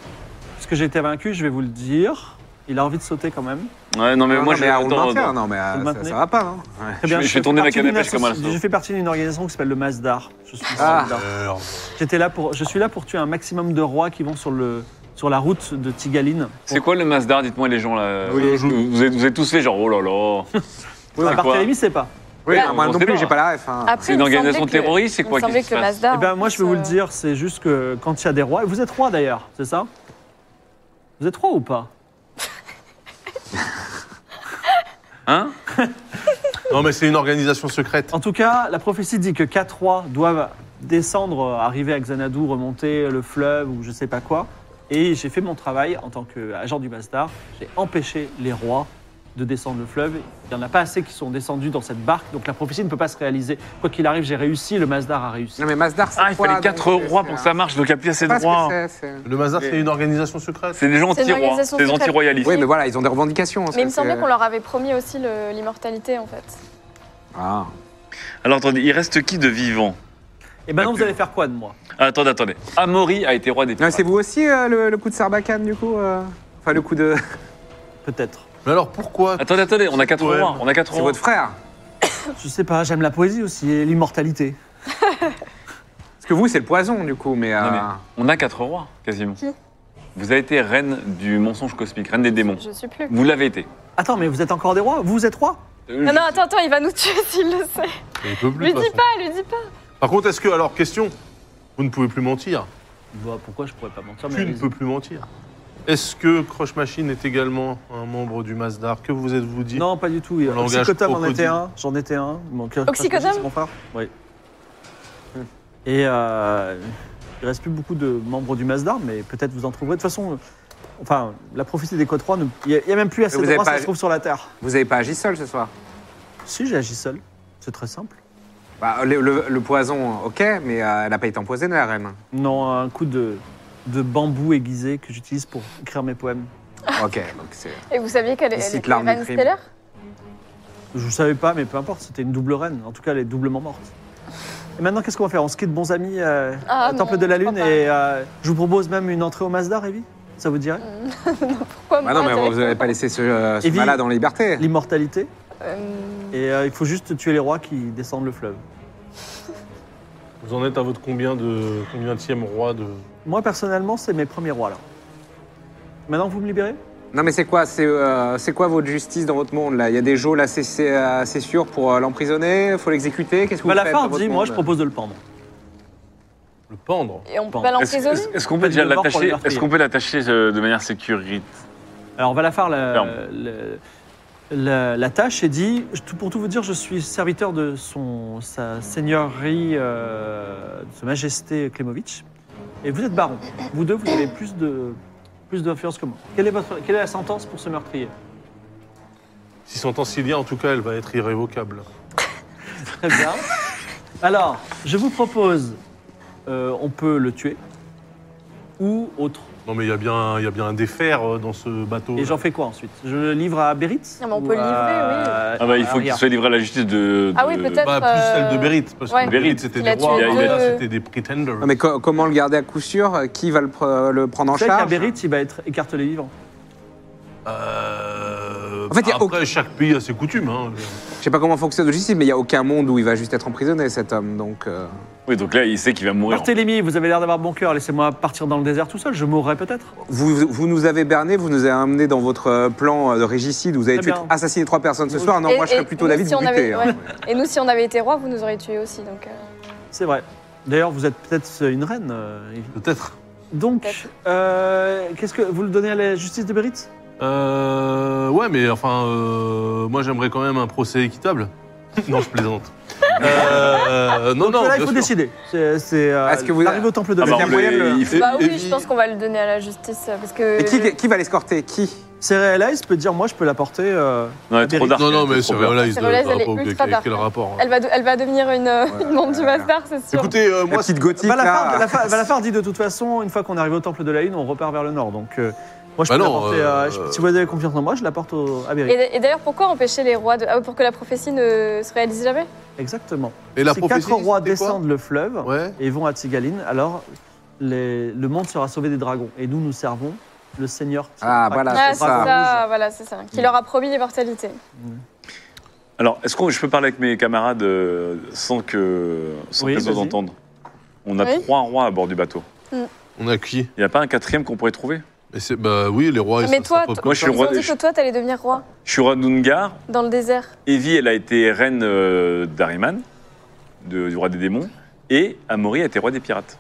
A: parce que j'ai été vaincu, je vais vous le dire, il a envie de sauter quand même.
C: Ouais, non mais
E: Non,
C: moi
E: non,
C: je
E: mais on le
C: attends,
E: maintient,
C: attends.
E: non
A: Vous
E: mais
A: le
E: euh, ça,
A: maintenez
E: ça va pas. non Ouais.
C: Je
A: Très
C: vais- je vais
A: fais
C: tourner ma
A: partie
C: canne à
A: d'une
C: pêche comme un
A: associ-
C: lasso.
A: Je fais partie d'une organisation qui s'appelle le Masdar. Je suis
E: Ah.
A: soldat.
F: Merde.
A: J'étais là pour, je suis là pour tuer un maximum de rois qui vont sur le sur la route de Tigaline.
C: C'est quoi le Masdar Dites-moi les gens là.
F: Oui, je-
C: vous, vous êtes, vous êtes tous fait genre oh là là.
A: À
C: C'est quoi
A: Barthélemy, c'est pas.
E: Oui,
C: Ouais,
E: moi
C: on
E: non
C: sait
E: plus,
C: pas.
E: j'ai pas la ref. hein.
D: Après,
C: C'est une
D: il me semblait
C: organisation
D: que-
C: terroriste, c'est
D: il me
C: quoi qui
D: semblait
C: se
D: que le
C: passe
D: Mazda,
A: Eh
D: en
A: ben moi
D: plus,
A: je vais vous le
D: euh,
A: dire, c'est juste que quand il y a des rois, vous êtes roi d'ailleurs, c'est ça Vous êtes roi ou pas
C: Hein
F: Non, mais c'est une organisation secrète.
A: En tout cas, la prophétie dit que quatre rois doivent descendre, euh, arriver à Xanadu, remonter le fleuve ou je sais pas quoi. Et j'ai fait mon travail en tant qu'agent du Bastard. J'ai empêché les rois de descendre le fleuve. Il n'y en a pas assez qui sont descendus dans cette barque, donc la prophétie ne peut pas se réaliser. Quoi qu'il arrive, j'ai réussi, le Masdar a réussi.
E: Non mais Masdar, c'est
C: Ah, il
E: quoi,
C: fallait
E: donc,
C: quatre
E: c'est-
C: rois
E: c'est-
C: pour que ça marche, donc il n'y a plus assez
E: Je
C: de
E: sais pas ce que
C: rois. hein.
E: c'est, c'est-
F: Le Mazar,
E: Mais-
F: c'est une organisation secrète.
C: C'est des gens
D: C'est une
C: anti-rois,
D: organisation
C: c'est des
D: secrète.
C: anti-royalistes.
E: Oui, mais voilà, ils ont des revendications. hein,
D: Mais il me semblait qu'on leur avait promis aussi le- l'immortalité, en fait.
E: Ah.
C: Alors attendez, il reste qui de vivant
A: Et maintenant, Eh ben, vous
C: plus.
A: allez faire quoi de moi
C: Ah, Attendez, attendez. Amaury a été roi des
E: Non,
C: pirates.
E: c'est vous aussi euh, le, le coup de Sarbacane, du coup euh Enfin, le coup de.
A: Peut-être.
F: Mais alors pourquoi
A: Ah.
C: Attendez, attendez, on a quatre
F: Ouais.
C: rois, on a quatre
E: C'est
C: rois.
E: votre frère.
A: Je sais pas, j'aime la poésie aussi et l'immortalité.
E: Parce que vous, c'est le poison, du coup, mais.
C: Non,
E: euh,
C: mais on a quatre rois, quasiment.
D: Qui
C: Vous avez été reine du mensonge cosmique, reine des démons.
D: Je suis plus.
C: Vous l'avez été.
A: Attends, mais vous êtes encore des rois Vous êtes rois
C: Euh,
D: Ah Non, non, attends, attends, il va nous tuer s'il le sait.
F: Il peut plus,
D: Lui
F: de toute
D: dis
F: façon.
D: pas, lui dis pas.
F: Par contre, est-ce que, alors, question, vous ne pouvez plus mentir
A: Bah, pourquoi je pourrais pas mentir mais
F: Tu ne
A: allez-y.
F: peux plus mentir. Est-ce que Crush Machine est également un membre du Masdar Que vous êtes-vous dit
A: Non, pas du tout.
F: Au langage
A: Oxycotome en était
F: crocodile.
A: un. J'en étais un. Mon cœur-
D: Oxycotome
A: c'est mon frère. Oui. Et euh, il reste plus beaucoup de membres du Masdar, mais peut-être vous en trouverez. De toute façon, euh, enfin, la prophétie des Côtes Rois, ne- il n'y a, il y a même plus assez
E: Vous
A: de
E: avez
A: rois,
E: pas-
A: ça se trouve sur la Terre.
E: Vous avez pas agi seul ce soir.
A: Si, j'ai agi seul. C'est très simple.
E: Bah, le, le- le poison, ok, mais euh, elle a pas été empoisonnée, la reine.
A: Non, un coup de, de bambou aiguisé que j'utilise pour écrire mes poèmes.
E: Ok, donc c'est.
D: Et vous saviez qu'elle
E: Il
D: elle
E: cite
D: était
E: l'arme du
D: Van
E: crime.
D: Steller
A: Je ne savais pas, mais peu importe, c'était une double reine. En tout cas, elle est doublement morte. Et maintenant, qu'est-ce qu'on va faire On se quitte, bons amis, euh,
D: Ah,
A: au Temple
D: non,
A: de la
D: je crois
A: Lune
D: pas. Euh.
A: et euh, je vous propose même une entrée au Masdar, Evie Ça vous dirait
D: Pourquoi
E: Bah non, mais
D: moi,
E: vous avez pas laissé ce, euh, ce
A: Evie-
E: malade en liberté.
A: L'immortalité
D: Euh,
A: et euh, il faut juste tuer les rois qui descendent le fleuve.
F: Vous en êtes à votre combien de combien roi de
A: Moi, personnellement, c'est mes premiers rois là. Maintenant, vous me libérez
E: Non, mais c'est quoi C'est euh, c'est quoi votre justice dans votre monde là Il y a des geôles assez, c'est- assez sûrs pour euh, l'emprisonner, faut l'exécuter. Qu'est-ce que vous
A: bah, La
E: faites dans
A: fin
E: votre
A: dit,
E: monde
A: moi, je propose de le pendre.
F: le pendre
D: Et on peut
A: Bon.
D: pas
C: Est-ce
D: l'emprisonner
C: est-ce- est-ce qu'on peut
A: Pas
C: déjà
A: de mort pour le
C: l'attacher
A: meurtrier.
C: Est-ce qu'on peut l'attacher euh, de manière sécuritaire
A: Alors, Valafar
C: Ferme.
A: la, le- la, la tâche et dit je- tout- Pour tout vous dire, je suis serviteur de son, sa seigneurie, euh, de sa majesté Klemovitch. Et vous êtes baron. Vous deux, vous avez plus de plus d'influence que moi. Quelle est, votre, quelle est la sentence pour ce meurtrier
F: Si son temps s'il y a, en tout cas, elle va être irrévocable.
A: Très bien. Alors, je vous propose, euh, on peut le tuer ou autre.
F: Non, mais il y, a bien- il y a bien un défaire euh, dans ce bateau.
A: Et j'en fais quoi ensuite Je le livre à Béritz
D: Non, Ah, mais on peut le livrer,
C: Ah bah, il faut qu'il soit livré à la justice de.
D: Ah oui,
C: de-
D: peut-être. euh,
F: Bah, plus celle de Bérite, parce
D: ouais.
F: que Bérite, c'était
D: Il
F: des
D: a
F: rois,
C: tué
F: mais là,
D: deux-
F: c'était des pretenders.
E: Non, Ah, mais co- comment le garder à coup sûr Qui va le, pre- le prendre en
A: Vous savez qu'à
E: charge
A: Béritz, il va être écartelé vivant.
F: Euh,
E: En fait, il y a
F: après,
E: aucun-
F: chaque pays a ses coutumes. hein.
E: Je sais pas comment fonctionne le justice, mais il y a aucun monde où il va juste être emprisonné, cet homme. Donc, euh,
C: Oui, donc là, il sait qu'il va mourir.
A: Barthélemy, vous avez l'air d'avoir bon cœur, laissez-moi partir dans le désert tout seul, je mourrai peut-être.
E: vous, vous nous avez berné, vous nous avez amené dans votre euh, plan euh, de régicide, vous avez
A: Très
E: tué,
A: bien.
E: assassiné trois personnes ce soir. Non,
D: Et-
E: moi je serais
D: et
E: plutôt
D: nous,
E: d'avis
D: si
E: de
D: on avait-
E: buter. hein.
D: ouais. Et nous, si on avait été roi, vous nous auriez tués aussi. Donc, euh,
A: C'est vrai. D'ailleurs, vous êtes peut-être une reine. euh, Evie.
F: Peut-être.
A: Donc,
D: Peut-être.
A: euh, qu'est-ce que vous le donnez à la justice de Béritz
F: Euh, ouais, mais enfin, euh, moi j'aimerais quand même un procès équitable. non, je plaisante. Euh, non, non,
A: Là, il
F: bien
A: faut
F: sûr.
A: décider. C'est, c'est, euh,
E: Est-ce que vous-
A: l'arrivée au temple de
C: Ah bah,
A: Béritz.
C: on
E: moyen de
C: le-
E: le-
C: il fait-
D: bah oui,
F: et-
D: je pense qu'on va le donner à la justice euh, parce que.
E: Et qui, qui va l'escorter Qui
A: C'est réaliste, peut dire, moi, je peux l'apporter. euh,
C: Non, trop
A: Bérite.
C: dark,
F: Non, non, mais
C: trop
F: c'est
C: peur.
F: voilà, il se
D: Cervelais, elle est
F: pas
D: ultra dark.
F: quel rapport. hein.
D: Elle va, de- elle va devenir une, euh,
E: Ouais,
D: une membre du
E: ouais,
D: master, c'est sûr.
F: Écoutez, euh,
E: La
F: moi,
E: petite gothique,
A: Valafar,
E: là.
A: Valafar- Valafar dit de toute façon, une fois qu'on arrive au temple de la lune, on repart vers le nord. Donc, euh, moi, je
F: Bah
A: peux
F: non,
A: l'apporter.
F: euh,
A: à- je- si vous avez confiance en moi, je l'apporte au- à Béritz.
D: Et, et d'ailleurs, pourquoi empêcher les rois de. Ah, pour que la prophétie ne se réalise jamais
A: Exactement.
F: et la
A: si
F: prophétie,
A: quatre rois
F: c'était quoi
A: descendent le fleuve
F: Ouais.
A: et vont à Tsigaline, alors les- le monde sera sauvé des dragons. Et nous, nous servons le Seigneur.
E: Ah,
A: Tsigaline.
E: voilà,
D: Ah,
E: c'est
D: c'est ça, voilà, c'est ça. Qui leur a promis l'immortalité.
C: Alors, est-ce que je peux parler avec mes camarades euh, sans que sans
A: Oui,
C: qu'elles osent
A: vas-y.
C: entendre On a
D: Oui.
C: trois rois à bord du bateau.
F: On a qui
C: Il n'y a pas un quatrième qu'on pourrait trouver
F: Mais c'est- Bah oui, les rois, ils
D: Mais
F: sont-
D: toi,
F: ça pop-
D: toi-
C: Moi, je suis
D: Ils
C: roi
D: ont
C: des.
D: dit que toi, t'allais devenir roi
C: Je suis roi d'Ungar.
D: dans le désert.
C: Evie, elle a été reine euh, d'Ariman, de- du roi des démons. Et Amaury a été roi des pirates.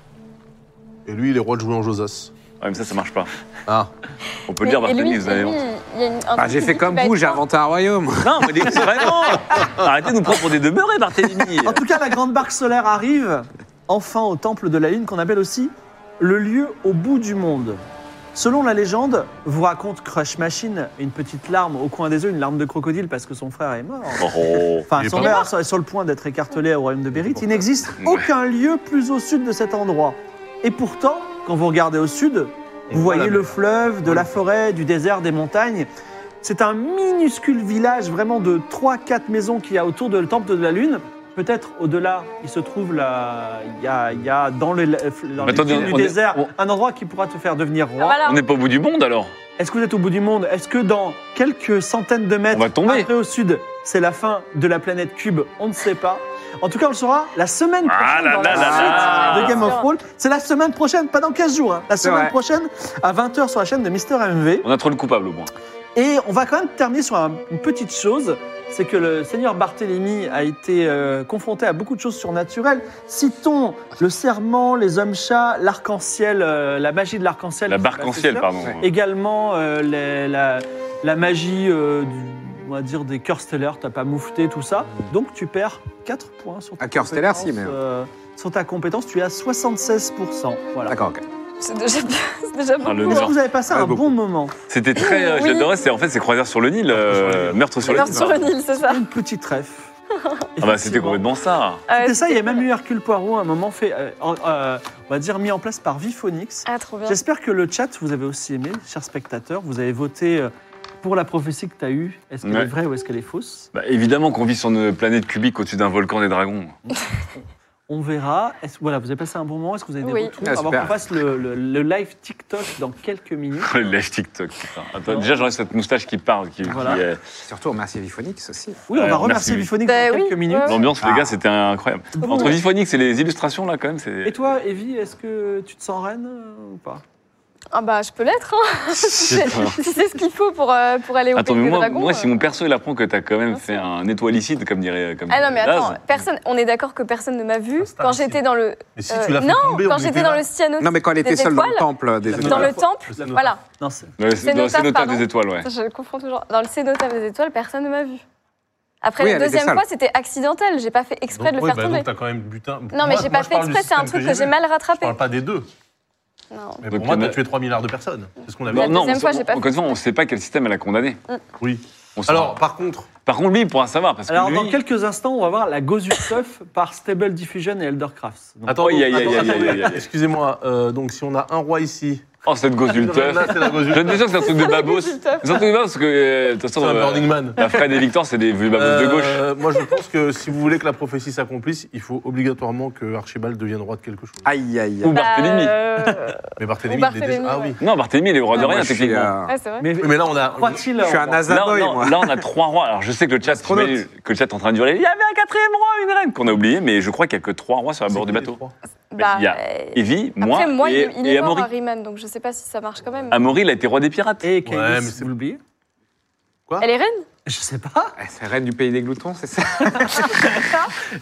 F: Et lui, il est roi de jouer en Josas.
C: Ah, mais ça, ça marche pas.
F: Ah.
C: On peut
D: Et-
C: dire,
D: et lui,
C: Barthélemy, vous avez
D: et lui,
C: honte.
D: il y a une- un
E: Bah,
D: truc
E: j'ai
D: qui
E: fait
D: dit
E: comme
D: qu'il va
E: vous,
D: être
E: j'ai
D: roi.
E: inventé un royaume.
C: Non, mais dis- vraiment Arrêtez de nous prendre pour des demeurés, Barthélemy
A: En tout cas, la grande barque solaire arrive enfin au temple de la lune, qu'on appelle aussi le lieu au bout du monde. Selon la légende, vous raconte Crush Machine, une petite larme au coin des yeux, une larme de crocodile parce que son frère est mort.
C: Oh.
A: Enfin,
F: Il est
A: son
F: pas
A: meurtre est sur le point d'être écartelé au royaume de Bérite. Il n'existe aucun lieu plus au sud de cet endroit. Et pourtant, quand vous regardez au sud, vous
F: voit
A: voyez
F: la
A: le
F: mer.
A: fleuve, de la forêt, du désert, des montagnes. C'est un minuscule village vraiment de 3-4 maisons qu'il y a autour de le temple de la lune. Peut-être au-delà, il se trouve là, il y a, il y a dans le dans les
C: Attendez,
A: dunes du
C: on est-
A: désert
C: on-
A: un endroit qui pourra te faire devenir
D: Ah,
A: roi.
D: voilà.
C: On n'est pas au bout du monde alors
A: Est-ce que vous êtes au bout du monde Est-ce que dans quelques centaines de mètres
C: On va tomber.
A: après au sud, c'est la fin de la planète Cube On ne sait pas. En tout cas, on le saura la semaine prochaine
C: Ah là
A: dans
C: là
A: la
C: là
A: suite
C: là.
A: de Game of Thrones. C'est la semaine prochaine, pas dans 15 jours. hein. La
E: C'est
A: semaine
E: vrai.
A: prochaine, à 20h sur la chaîne de Mister MV.
C: On a trop le coupable au moins.
A: Et on va quand même terminer sur un- une petite chose, c'est que le seigneur Barthélemy a été euh, confronté à beaucoup de choses surnaturelles. Citons le serment, les hommes-chats, l'arc-en-ciel, euh, la magie de l'arc-en-ciel.
C: La
A: qui
C: barque en ciel,
A: s'est passée.
C: pardon.
A: Également euh, les- la, la magie euh, du- on va dire des cœurs stellaires, t'as pas moufté tout ça. Donc tu perds 4 points sur ta
E: Un cœur stellaire,
A: compétence,
E: si, mais-
A: euh, sur ta compétence, tu es à 76%. Voilà.
E: D'accord, ok.
D: C'est déjà, c'est déjà
C: Ah, le
D: beaucoup,
A: Est-ce que
C: nord.
D: hein.
A: vous avez passé
E: Ouais,
A: un
E: beaucoup.
A: bon moment
C: C'était très. euh,
D: Oui.
C: J'adorais, c'est en fait, c'est croisière sur le Nil, euh, meurtre sur le
D: Meurtre
C: Nil.
D: hein. sur une île, c'est ça.
A: Une petite trèfle.
C: Ah bah, c'était complètement ça.
D: Ah,
A: C'était ça, il y a même
D: cool.
A: eu Hercule Poirot à un moment fait, euh, en- euh, on va dire mis en place par Viphonix.
D: Ah, trop bien.
A: J'espère que le chat vous avez aussi aimé, chers spectateurs. Vous avez voté euh, pour la prophétie que tu as eue. Est-ce qu'elle
C: Ouais.
A: est vraie ou est-ce qu'elle est fausse
C: Bah, évidemment qu'on vit sur une planète cubique au-dessus d'un volcan des dragons.
A: On verra. Est-ce- voilà, vous avez passé un bon moment. Est-ce que vous avez des
D: Oui.
A: retours
E: Ah,
A: avant
E: super.
A: qu'on fasse le, le- le live TikTok dans quelques minutes
C: Le live TikTok, putain. Attends,
A: Non.
C: déjà, j'aurais cette moustache qui parle. Qui, qui,
A: Voilà.
C: euh,
E: Surtout, merci Viphonix aussi.
A: Oui, on
C: Euh,
A: va remercier
C: merci.
A: Viphonix
D: Bah
A: dans
D: oui,
A: quelques minutes.
D: ouais, ouais.
C: L'ambiance,
E: Ah.
C: les gars, c'était incroyable.
A: Vous-
C: Entre Viphonix et les illustrations, là, quand même,
A: Et
C: c'est.
A: toi, Evie, est-ce que tu te sens reine euh, ou pas
D: Ah bah, je peux l'être, hein. si c'est ce qu'il faut pour, euh, pour aller au
C: Attends,
D: pays
C: mais
D: des
C: moi,
D: dragons.
C: moi, si
D: euh.
C: mon perso, il apprend que t'as quand même
D: Bien
C: fait
D: sûr.
C: un étoilicide, comme dirait. Comme
D: Ah non, mais
C: dirait
D: attends,
C: Daz.
D: personne, on est d'accord que personne ne m'a vu
F: Ah, c'est
D: quand
F: impossible.
D: j'étais dans le,
F: Mais si
D: Euh,
F: tu l'as fait
D: non,
F: tomber, on
D: quand
F: était
D: j'étais dans
F: là.
D: le cyanotype.
E: Non, mais quand elle était
D: Des
E: seule dans le
D: étoiles
E: temple des
A: Dans
D: Dans
E: étoiles.
D: le temple,
F: Cénotaphe.
D: voilà,
A: Non, c'est-
C: Ouais, C'est dans- c'est
D: Cénotaphe,
C: notaire des
D: pardon.
C: étoiles, ouais.
D: je confonds toujours. Dans le cénotaphe des étoiles, personne ne m'a vu. Après
E: Oui,
D: la
E: elle était
D: deuxième
E: seule.
D: fois, c'était accidentel, j'ai pas fait exprès de
F: Donc,
D: le
F: ouais,
D: faire
F: bah,
D: tomber.
F: donc t'as quand même butin.
D: Non, mais j'ai pas fait exprès, c'est un truc que j'ai mal
F: Je
D: rattrapé.
F: parle pas des deux.
D: Non.
F: Mais
C: Donc, euh,
F: pour moi,
C: il y en
F: t'as
C: a-
F: tué 3 milliards de personnes. C'est ce qu'on
D: La
C: Non,
F: avait.
C: non,
D: deuxième
C: on-
D: fois, j'ai pas
C: on- encore une fois, on sait pas quel système elle a condamné.
F: Oui.
C: On saura.
F: Alors, par contre,
C: par contre, lui, il pourra savoir parce que
A: Alors,
C: lui,
A: dans quelques instants, on va voir la Gozu Stuff par Stable Diffusion et Eldercrafts. Donc,
F: attends,
C: aïe, aïe,
F: attends,
C: aïe, aïe,
F: attendez,
C: aïe, aïe.
F: excusez-moi. euh, donc, si on a un roi ici,
C: oh cette gosse du teuf.
F: là, c'est la Gozu.
C: Je te jure que c'est un truc de babos.
D: Gozu teuf.
C: C'est un truc de babos parce que euh, de toute
F: C'est
C: façon,
F: un
C: euh,
F: Burning Man.
C: la Fred et Victor, c'est des vieux babos Bah, de gauche.
F: Euh, moi, je pense que si vous voulez que la prophétie s'accomplisse, il faut obligatoirement que Archibald devienne roi de quelque chose.
C: Ah.
E: Aïe, aïe,
C: Ou
E: aïe.
C: Barthélemy.
D: Bah, euh,
F: Mais
D: Ou
F: Barthélemy, il est déjà.
D: Barthélemy,
F: Ah
D: ouais.
F: oui.
C: Non, Barthélemy, il est roi de
E: Moi,
C: rien
E: je suis,
C: techniquement.
E: euh,
D: ouais, c'est vrai.
A: Mais,
F: Oui, Mais là, on a.
A: croit-il
E: Je suis un
C: Là,
E: Azaboy,
C: non,
E: moi.
C: là, on a trois rois. Alors, je sais que le chat,
E: Astronaute.
C: mais que le chat est en train de durer. Il y avait un quatrième roi, une reine qu'on a oublié, mais je crois qu'il n'y a que trois rois sur la
F: C'est
C: bord du
F: qui les
C: bateau.
F: trois
D: Bah,
C: il y a- Ah,
D: euh,
C: Evie, moi,
D: Après, moi,
C: et,
D: il, il
C: et
D: est mort
C: Amaury.
D: à Riemann, donc je sais pas si ça marche quand même.
C: Amaury, il a été roi des pirates.
A: Et Kailis,
F: Ouais, mais c'est-
A: vous l'oubliez
D: Elle est reine
A: Je sais pas.
E: Eh, C'est la reine du pays des gloutons, c'est ça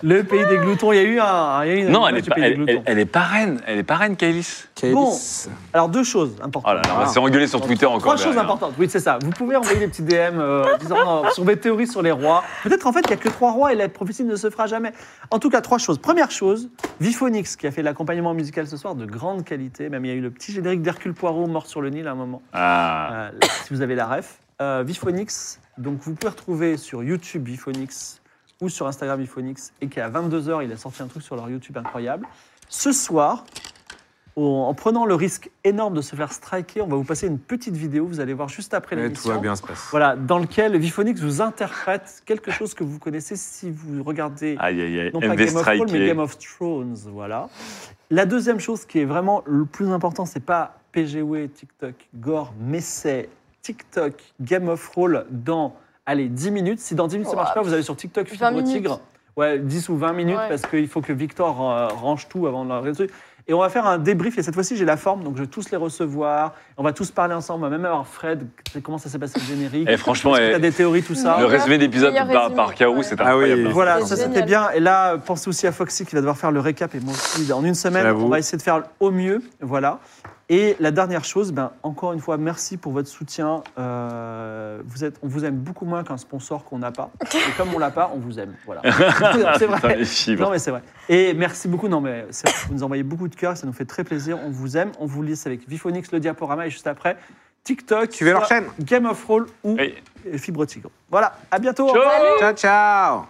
A: Le pays
D: Ah.
A: des gloutons, il y a eu un. il y a eu une
C: Non,
A: image
C: elle
A: du
C: est, pas,
A: pays des
C: elle,
A: gloutons.
C: elle- elle est pas reine. Elle est pas reine, Kailis.
E: Kaelis.
A: Alors, deux choses
C: Oh
A: importantes.
C: là là, on va s'engueuler sur Twitter encore.
A: Trois choses
C: derrière.
A: importantes, oui, c'est ça. Vous pouvez envoyer des petits DM euh, disant, euh, sur mes théories sur les rois. Peut-être en fait, il n'y a que trois rois et la prophétie ne se fera jamais. En tout cas, trois choses. Première chose, Viphonix, qui a fait l'accompagnement musical ce soir de grande qualité. Même il y a eu le petit générique d'Hercule Poirot mort sur le Nil à un moment.
C: Ah.
A: Euh, si vous avez la ref. Euh, Viphonix, donc vous pouvez retrouver sur YouTube Viphonix ou sur Instagram Viphonix, et qu'à 22h, il a sorti un truc sur leur YouTube incroyable. Ce soir, en en prenant le risque énorme de se faire striker, on va vous passer une petite vidéo, vous allez voir juste après
E: Eh, Tout va
A: l'émission.
E: bien se passer.
A: Voilà, dans lequel Viphonix vous interprète quelque chose que vous connaissez si vous regardez
C: Aïe, aïe, aïe.
A: Ah. non pas
C: MV
A: Game of Thrones, mais
C: Strike.
A: Game of Thrones, voilà. La deuxième chose qui est vraiment le plus important, c'est pas PGW, TikTok, Gore, mais c'est TikTok, Game of Roll dans, allez, 10 minutes. Si dans 10 minutes ça marche pas, vous allez sur TikTok,
D: 20
A: Fibre
D: minutes.
A: Tigre. Ouais, 10 ou 20 minutes,
D: Ouais.
A: parce qu'il faut que Victor euh, range tout avant de la résoudre. Et on va faire un débrief, et cette fois-ci j'ai la forme, donc je vais tous les recevoir. On va tous parler ensemble, on va même avoir Fred, comment ça s'est passé le générique.
C: Eh, franchement,
A: Est-ce que
C: eh,
A: t'as des théories, tout ça
D: Ah,
C: le résumé d'épisode
D: meilleur
C: par,
D: résumé,
C: par Kaoru,
D: ouais.
C: c'est
E: Ah oui,
C: incroyable.
E: oui.
A: Voilà,
D: C'est
A: ça c'était
D: génial.
A: bien. Et là, pensez aussi à Foxy qui va devoir faire le récap et moi aussi en une semaine.
E: J'avoue.
A: On va essayer de faire au mieux. Voilà. Et la dernière chose, ben, encore une fois, merci pour votre soutien. Euh, vous êtes, on vous aime beaucoup moins qu'un sponsor qu'on n'a pas. Et comme on l'a pas, on vous aime. Voilà. c'est
C: Putain,
A: vrai.
C: les fibres.
A: Non mais c'est vrai. Et merci beaucoup. Non mais c'est vrai, vous nous envoyez beaucoup de cœur, ça nous fait très plaisir. On vous aime. On vous laisse avec Viphonix, le diaporama et juste après TikTok.
E: Suivez leur
A: soit
E: chaîne.
A: Game of Roll ou
C: Eh,
A: Fibre Tigre. Voilà. À bientôt.
C: Ciao.
E: Ciao, ciao